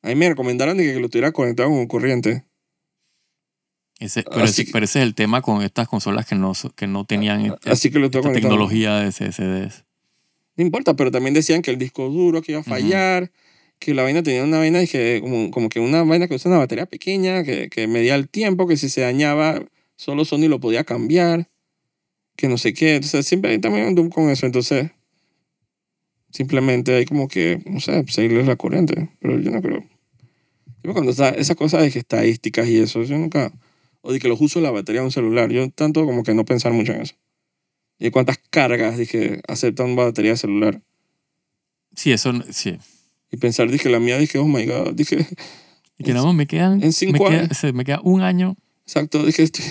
Speaker 1: A mí me recomendaron de que lo tuviera conectado con corriente.
Speaker 2: Ese, pero,
Speaker 1: Ah, Así
Speaker 2: ese-
Speaker 1: que- Ah,
Speaker 2: pero ese es el tema con estas consolas que no, so- que no tenían esta,
Speaker 1: Así que lo tengo
Speaker 2: Este esta
Speaker 1: conectado.
Speaker 2: tecnología de CSDs.
Speaker 1: No importa, pero también decían que el disco duro que iba a
Speaker 2: Ujú.
Speaker 1: fallar, que la vaina tenía una vaina y que, como, como que una vaina que usa una batería pequeña, que, que medía el tiempo, que si se dañaba, solo Sony lo podía cambiar, que no sé qué. Entonces, siempre hay también un doom con eso. Entonces, simplemente hay como que, no sé, seguirles la corriente. Pero yo no creo. Yo cuando está, esas cosas de que estadísticas y eso, yo nunca. O de que los uso de la batería de un celular. Yo tanto como que no pensar mucho en eso. Y cuántas cargas, dije, acepta una batería de celular.
Speaker 2: Sí, eso, no- sí.
Speaker 1: Y pensar, dije, la mía, dije, oh my God, dije,
Speaker 2: Y que nada más me quedan,
Speaker 1: en cinco
Speaker 2: me queda,
Speaker 1: años.
Speaker 2: se- me queda un año.
Speaker 1: exacto, dije, este,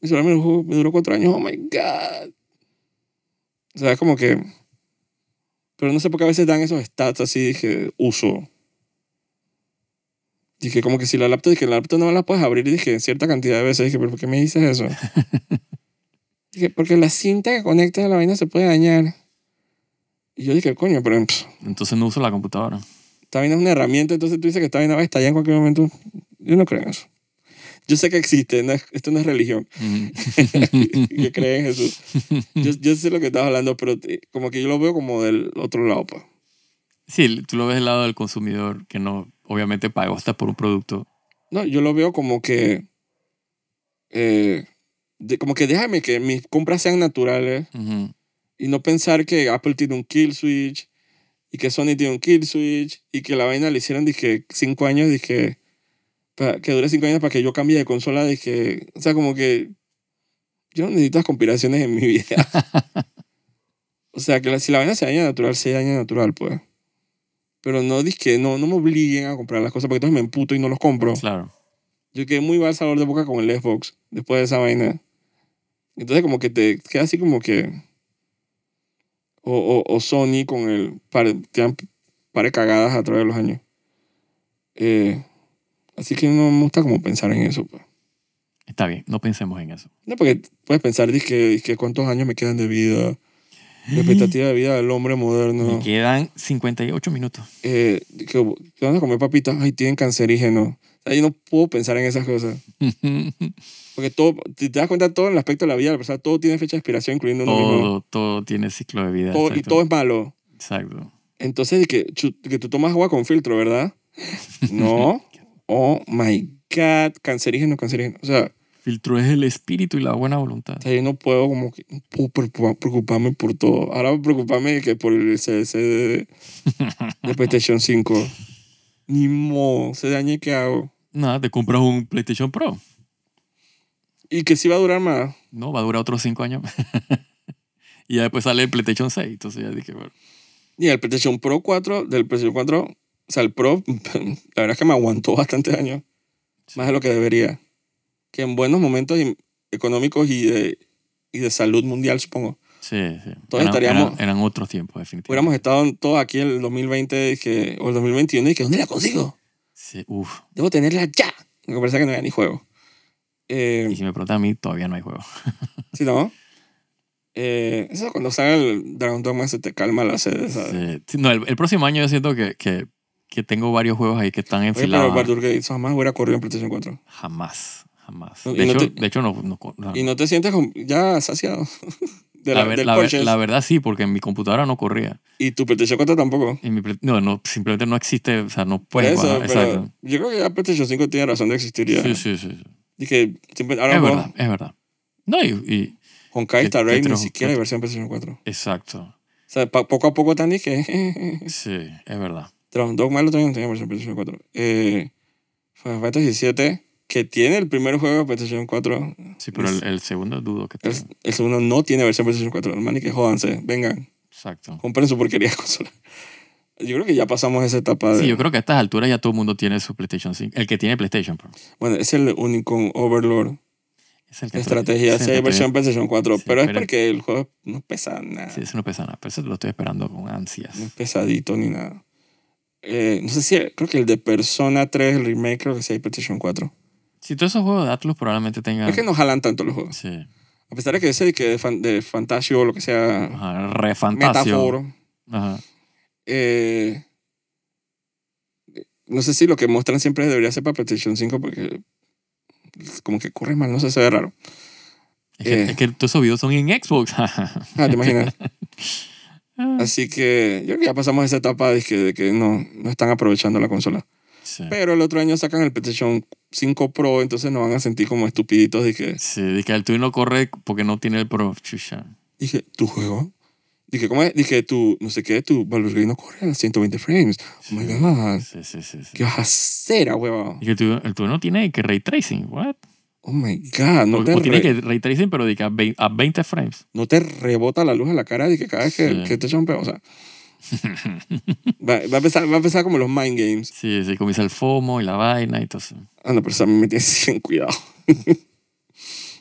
Speaker 1: mi celular me duró, me duró cuatro años, oh my God. O sea, es como que... Pero no sé por qué a veces dan esos stats así, dije, uso. Dije, como que si la laptop, dije, la laptop no la puedes abrir, dije, cierta cantidad de veces, dije, pero ¿por qué me dices eso? dije, porque la cinta que conectas a la vaina se puede dañar. Y yo dije, coño, pero pff,
Speaker 2: Entonces no uso la computadora.
Speaker 1: esta vaina es una herramienta, entonces tú dices que esta vaina va a estallar en cualquier momento. Yo no creo en eso. Yo sé que existe, no es- esto no es religión.
Speaker 2: Ujú.
Speaker 1: que cree en Jesús. Yo, yo sé lo que estás hablando, pero te- como que yo lo veo como del otro lado. pa.
Speaker 2: Sí, tú lo ves del lado del consumidor que no, obviamente pagó hasta por un producto.
Speaker 1: No, yo lo veo como que... eh, de- como que déjame que mis compras sean naturales
Speaker 2: Ujú.
Speaker 1: y no pensar que Apple tiene un kill switch y que Sony tiene un kill switch y que la vaina le hicieron, dije, cinco años, dije, pa- que dure cinco años para que yo cambie de consola, dije, o sea, como que yo no necesito las conspiraciones en mi vida. o sea, que la- si la vaina se daña natural, se daña natural, pues. Pero no dije, no, no me obliguen a comprar las cosas porque entonces me emputo y no los compro.
Speaker 2: Claro.
Speaker 1: Yo quedé muy mal sabor de boca con el Xbox después de esa vaina. Entonces como que te queda así como que... O, o, o Sony con el... Par, te dan par de cagadas a través de los años. Eh, así que no me gusta como pensar en eso. pues.
Speaker 2: Está bien, no pensemos en eso.
Speaker 1: No, porque puedes pensar, dije, que cuántos años me quedan de vida. La expectativa de vida del hombre moderno.
Speaker 2: Me quedan 58 minutos.
Speaker 1: Eh, que, que van a comer papitas? Ay, tienen cancerígeno. O sea, yo no puedo pensar en esas cosas. Porque todo, si te das cuenta, todo en el aspecto de la vida de la persona, todo tiene fecha de expiración, incluyendo uno mismo.
Speaker 2: todo, todo tiene ciclo de vida.
Speaker 1: Todo- y
Speaker 2: Oh, exacto.
Speaker 1: todo es malo.
Speaker 2: Exacto.
Speaker 1: Entonces, de que, chu- de que tú tomas agua con filtro, ¿verdad? No. Oh my God. Cancerígeno, cancerígeno. O sea,
Speaker 2: Filtro es el espíritu y la buena voluntad.
Speaker 1: o sea, yo no puedo como que no puedo preocupa- preocuparme por todo. Ahora voy a preocuparme de que por el CDC de, de PlayStation 5. Ni modo, se dañe que hago.
Speaker 2: Nada, te compras un PlayStation Pro.
Speaker 1: Y que sí va a durar más.
Speaker 2: No, va a durar otros 5 años. y ya después sale el PlayStation 6. Entonces ya dije, bueno.
Speaker 1: Y el PlayStation Pro 4, del PlayStation 4, o sea, el Pro, la verdad es que me aguantó bastantes años. Más de lo que debería. Que en buenos momentos y- económicos y de, y de salud mundial, supongo.
Speaker 2: Sí, sí.
Speaker 1: Todos estaríamos-
Speaker 2: eran, eran otros tiempos, definitivamente.
Speaker 1: Hubiéramos estado todos aquí en el 2020 que, o el 2021 y que, ¿dónde la consigo?
Speaker 2: Sí, uf.
Speaker 1: Debo tenerla ya. Lo que pasa es que no había ni juego.
Speaker 2: Y
Speaker 1: Eh,
Speaker 2: si me preguntan a mí, todavía no hay juego.
Speaker 1: ¿Sí, no? Eh, eso cuando salga el Dragon Dogma se te calma la sed, ¿sabes?
Speaker 2: Sí. Sí, No, el, el próximo año yo siento que, que, que tengo varios juegos ahí que están
Speaker 1: Oye, pero
Speaker 2: enfilados.
Speaker 1: Baldur Gate jamás hubiera corrido en PlayStation 4.
Speaker 2: Jamás, jamás.
Speaker 1: No, y
Speaker 2: De
Speaker 1: no
Speaker 2: hecho,
Speaker 1: te-
Speaker 2: de hecho no, no- no-
Speaker 1: Y no te sientes con- ya saciado. de
Speaker 2: Ah. la,
Speaker 1: la-
Speaker 2: ver-
Speaker 1: del
Speaker 2: la ver-
Speaker 1: purchase.
Speaker 2: la verdad sí, porque en mi computadora no corría.
Speaker 1: Y tu PlayStation 4 tampoco.
Speaker 2: En mi pla- no, no, simplemente no existe, o sea, no puedes
Speaker 1: Por eso,
Speaker 2: bajar,
Speaker 1: pero
Speaker 2: Pues, Exacto.
Speaker 1: Yo creo que ya PlayStation 5 tiene razón de existir ya.
Speaker 2: Sí, sí, sí. sí.
Speaker 1: Y que siempre, ahora
Speaker 2: Es
Speaker 1: juego
Speaker 2: verdad, es verdad. No, y, y-
Speaker 1: Honkai
Speaker 2: Que-
Speaker 1: Star
Speaker 2: que
Speaker 1: Rail ni
Speaker 2: trajo-
Speaker 1: siquiera
Speaker 2: que-
Speaker 1: hay versión PlayStation 4. O
Speaker 2: exacto.
Speaker 1: sea, pa- poco a poco tan dije.
Speaker 2: Sí, es verdad.
Speaker 1: Dragon Dogma lo también tenía versión PlayStation 4. Eh, Final Fantasy 7 que tiene el primer juego de PlayStation 4.
Speaker 2: Sí, pero el, el segundo dudo que
Speaker 1: El,
Speaker 2: tenga.
Speaker 1: el segundo no tiene versión PlayStation 4. Hermano, y que jódanse. Vengan,
Speaker 2: Exacto.
Speaker 1: compren su porquería de consola. Yo creo que ya pasamos esa etapa. De,
Speaker 2: Sí, yo creo que a estas alturas ya todo el mundo tiene su PlayStation 5. El que tiene PlayStation, pero
Speaker 1: Bueno, es el Unicorn Overlord.
Speaker 2: Es el que
Speaker 1: Estrategia,
Speaker 2: sí,
Speaker 1: sí, hay versión PlayStation 4.
Speaker 2: Sí,
Speaker 1: pero es
Speaker 2: pero-
Speaker 1: porque el juego no pesa nada.
Speaker 2: Sí, eso no pesa nada, pero eso lo estoy esperando con ansias.
Speaker 1: No es pesadito ni nada. Eh, no sé si, creo que el de Persona 3, el remake, creo que sí hay PlayStation 4.
Speaker 2: Si todos esos juegos de Atlus probablemente tengan...
Speaker 1: Es que no jalan tanto los juegos.
Speaker 2: Sí.
Speaker 1: A pesar de que ese que de, fan- de Fantasio o lo que sea,
Speaker 2: Ajá, re Ah, fantasio.
Speaker 1: Metaforo,
Speaker 2: Ajá.
Speaker 1: eh, no sé si lo que muestran siempre debería ser para PlayStation 5 porque como que corre mal, no sé, se ve raro.
Speaker 2: Es, que,
Speaker 1: Eh.
Speaker 2: es que todos esos videos son en Xbox.
Speaker 1: Ah, te imaginas.
Speaker 2: Ah.
Speaker 1: Así que yo creo que ya pasamos esa etapa de que, de que no, no están aprovechando la consola.
Speaker 2: sí.
Speaker 1: Pero el otro año sacan el PlayStation 5 Pro, entonces nos van a sentir como estupiditos. Dije,
Speaker 2: Sí, de que el tuyo no corre porque no tiene el Pro. Chucha.
Speaker 1: dije ¿tu juego? Dije, ¿cómo es? Dije, tu, no sé qué, tu Valkyrie no corre a 120 frames. Oh my God.
Speaker 2: Sí, sí, sí. sí.
Speaker 1: ¿Qué vas a hacer, ah, huevón?
Speaker 2: Y que el tuyo, el tuyo no tiene que ray tracing. What?
Speaker 1: Oh my God.
Speaker 2: o,
Speaker 1: No te,
Speaker 2: o tiene
Speaker 1: re-
Speaker 2: que ray tracing, pero de que a, vei- a 20 frames.
Speaker 1: no te rebota la luz en la cara de que cada vez que,
Speaker 2: Sí.
Speaker 1: que te echan un pedo. O sea, va, va a empezar, va a empezar como los mind games.
Speaker 2: Sí, sí, comienza el FOMO y la vaina y todo eso.
Speaker 1: Ah, no, pero esa me tiene sin cuidado.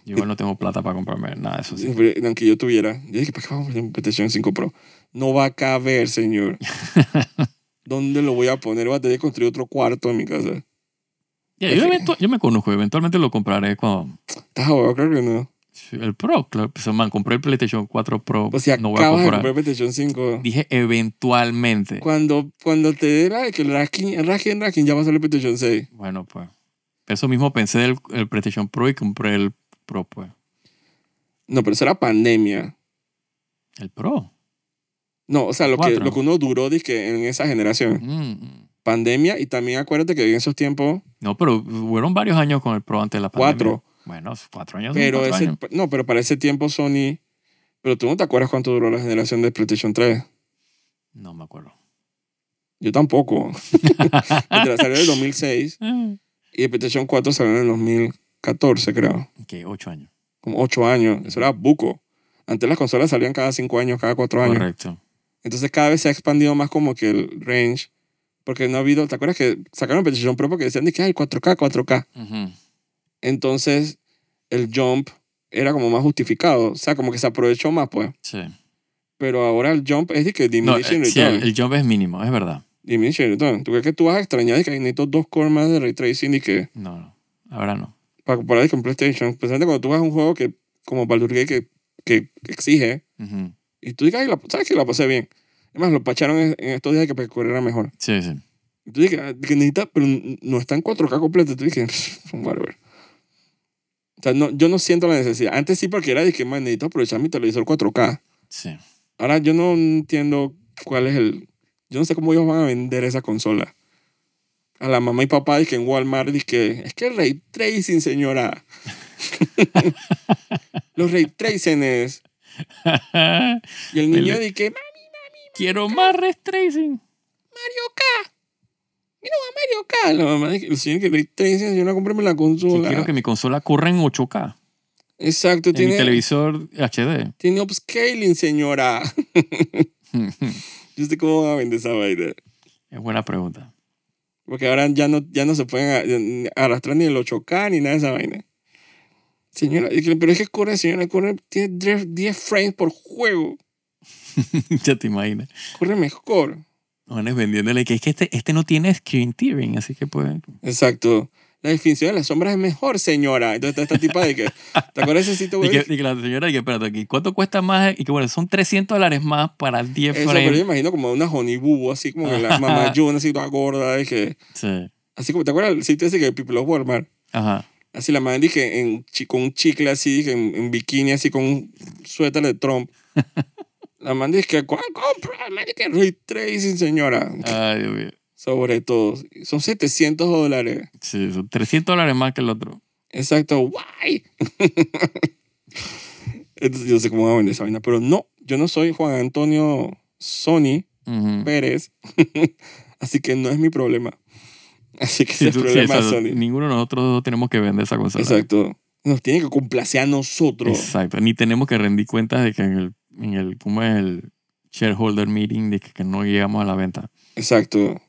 Speaker 2: Yo igual no tengo plata para comprarme nada de eso. Sí.
Speaker 1: Pues Pero Aunque yo tuviera. Yo dije, ¿para qué vamos a poner un PlayStation 5 Pro? No va a caber, señor. ¿Dónde lo voy a poner? Voy a tener que construir otro cuarto en mi casa.
Speaker 2: Ya, yo, eventu- yo me conozco, eventualmente lo compraré cuando...
Speaker 1: ¿Estás jodido? Creo que no.
Speaker 2: Sí, El Pro, claro. Pues, man, compré el PlayStation 4 Pro.
Speaker 1: O sea,
Speaker 2: no voy a
Speaker 1: acabas de
Speaker 2: comprar.
Speaker 1: comprar PlayStation 5.
Speaker 2: Dije eventualmente.
Speaker 1: Cuando, cuando te dé la de que el racking, el racking, racking, ya va a salir PlayStation 6.
Speaker 2: Bueno, pues. Eso mismo pensé del el PlayStation Pro y compré el Pro, pues.
Speaker 1: No, pero eso era pandemia.
Speaker 2: El Pro.
Speaker 1: No, o sea, lo que,
Speaker 2: Cuatro.
Speaker 1: lo que uno duró dizque, en esa generación.
Speaker 2: Mm.
Speaker 1: Pandemia y también acuérdate que en esos tiempos,
Speaker 2: No, pero fueron varios años con el Pro antes de la pandemia.
Speaker 1: cuatro.
Speaker 2: Bueno, cuatro años. son
Speaker 1: Pero,
Speaker 2: cuatro
Speaker 1: ese,
Speaker 2: años.
Speaker 1: no, pero para ese tiempo Sony... Pero tú no te acuerdas cuánto duró la generación de PlayStation 3.
Speaker 2: No me acuerdo.
Speaker 1: Yo tampoco. Mientras salió en el 2006
Speaker 2: Eh,
Speaker 1: y el PlayStation 4 salió en el 2014, creo.
Speaker 2: que ocho años.
Speaker 1: Como 8 años. Eso era buco. Antes las consolas salían cada 5 años, cada 4 años.
Speaker 2: Correcto.
Speaker 1: Entonces cada vez se ha expandido más como que el range. Porque no ha habido... ¿Te acuerdas que sacaron el PlayStation Pro porque decían de que hay 4K, 4K?
Speaker 2: Ujú.
Speaker 1: Entonces el jump era como más justificado. O sea, como que se aprovechó más, pues.
Speaker 2: Sí.
Speaker 1: Pero ahora el jump es de que
Speaker 2: No, eh,
Speaker 1: diminishing
Speaker 2: sí,
Speaker 1: return.
Speaker 2: el, el jump es mínimo, es verdad.
Speaker 1: Diminishing return. ¿Tú crees que tú vas a extrañar de que necesito dos cores más de ray tracing y que...
Speaker 2: No, no. Ahora no.
Speaker 1: para comparar con PlayStation, especialmente cuando tú vas a un juego que, como Baldur's Gate que, que exige,
Speaker 2: Ujú.
Speaker 1: y tú digas, "Ay, la- ¿sabes que la pasé bien? Además, lo pacharon en, en estos días de que para que corriera mejor.
Speaker 2: Sí, sí.
Speaker 1: Y tú dices, "Ah, que necesita, pero no está en 4K completo. Y tú dices, "Pff, whatever. O sea, no, yo no siento la necesidad. Antes sí porque era de que, man, necesito aprovechar mi televisor 4K.
Speaker 2: Sí.
Speaker 1: Ahora yo no entiendo cuál es el... Yo no sé cómo ellos van a vender esa consola. A la mamá y papá de que en Walmart de que es que el ray tracing, señora. Los ray tracings. Y el niño
Speaker 2: Dele.
Speaker 1: de que Mario
Speaker 2: Quiero más restracing.
Speaker 1: K. Mira, Mario K. La mamá de que el señor que ray tracing, señora, cómprame la
Speaker 2: Yo
Speaker 1: consola.
Speaker 2: quiero que mi consola corra en 8K.
Speaker 1: Exacto,
Speaker 2: En mi
Speaker 1: tiene,
Speaker 2: televisor HD.
Speaker 1: tiene upscaling, señora. Yo sé cómo van a vender esa vaina.
Speaker 2: es buena pregunta.
Speaker 1: Porque ahora ya no, ya no se pueden a- arrastrar ni el 8K ni nada de esa vaina. Señora, y que- pero es que corre, señora, corre, tiene 10 10 frames por juego.
Speaker 2: ya te imaginas.
Speaker 1: Corre mejor.
Speaker 2: Van vendiéndole que es que este, este no tiene screen tearing, así que pues.
Speaker 1: Exacto. La definición de las sombras es mejor, señora. Entonces está esta tipa de que. ¿Te acuerdas de ese sitio
Speaker 2: Y
Speaker 1: web?
Speaker 2: que, y que la señora, y que espérate aquí, ¿cuánto cuesta más? Y que bueno, son 300 dólares más para 10
Speaker 1: Eso, pero yo
Speaker 2: frames.
Speaker 1: imagino como una Honey Boo, así como que la mamá June, así toda gorda, de que.
Speaker 2: Sí.
Speaker 1: Así como, ¿te acuerdas del sitio ese que People of Walmart?
Speaker 2: Ajá.
Speaker 1: Así la madre dije, en, chi- con un chicle así, dije, en, en bikini, así con un suéter de Trump. La man dije, ¿cuál compra? Man dije, Ray Tracing, señora.
Speaker 2: Ay, Dios mío.
Speaker 1: Sobre todo. Son 700 dólares.
Speaker 2: Sí, son 300 dólares más que el otro.
Speaker 1: Exacto, guay. Entonces, yo no sé cómo va a vender esa vaina, pero no, yo no soy Juan Antonio Sony
Speaker 2: Ujú.
Speaker 1: Pérez, así que no es mi problema. Así que ese
Speaker 2: Sí,
Speaker 1: es
Speaker 2: tú-
Speaker 1: el
Speaker 2: sí,
Speaker 1: problema de
Speaker 2: exacto.
Speaker 1: Sony.
Speaker 2: Ninguno de nosotros dos tenemos que vender esa consola.
Speaker 1: Exacto. Nos tiene que complacer a nosotros.
Speaker 2: Exacto. Ni tenemos que rendir cuentas de que en el, en el, ¿cómo es el shareholder meeting de que, que no llegamos a la venta.
Speaker 1: Exacto.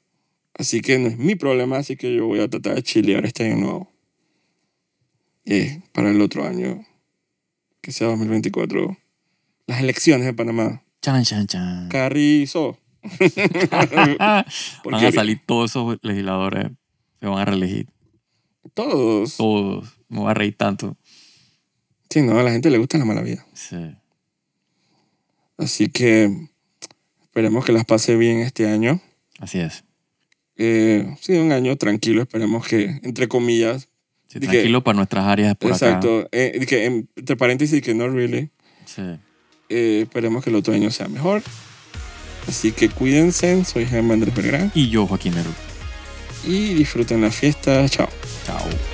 Speaker 1: Así que no es mi problema, así que yo voy a tratar de chilear este año nuevo. Y para el otro año, que sea 2024, las elecciones de Panamá.
Speaker 2: Chan, chan, chan.
Speaker 1: Carrizo.
Speaker 2: van a salir todos esos legisladores. Se van a reelegir.
Speaker 1: Todos.
Speaker 2: Todos. Me voy a reír tanto.
Speaker 1: Sí, no, a la gente le gusta la mala vida.
Speaker 2: Sí.
Speaker 1: Así que esperemos que las pase bien este año.
Speaker 2: Así es.
Speaker 1: Eh, ha sido un año tranquilo, esperemos que, entre comillas,
Speaker 2: Sí,
Speaker 1: Dije-
Speaker 2: tranquilo para nuestras áreas por acá.
Speaker 1: exacto, eh, que, entre paréntesis que no really,
Speaker 2: Sí.
Speaker 1: Eh, esperemos que el otro año sea mejor. Así que cuídense, soy Germán Andrés Belgrán
Speaker 2: Y yo, Joaquín Neru.
Speaker 1: y disfruten la fiesta. Chao.
Speaker 2: Chao.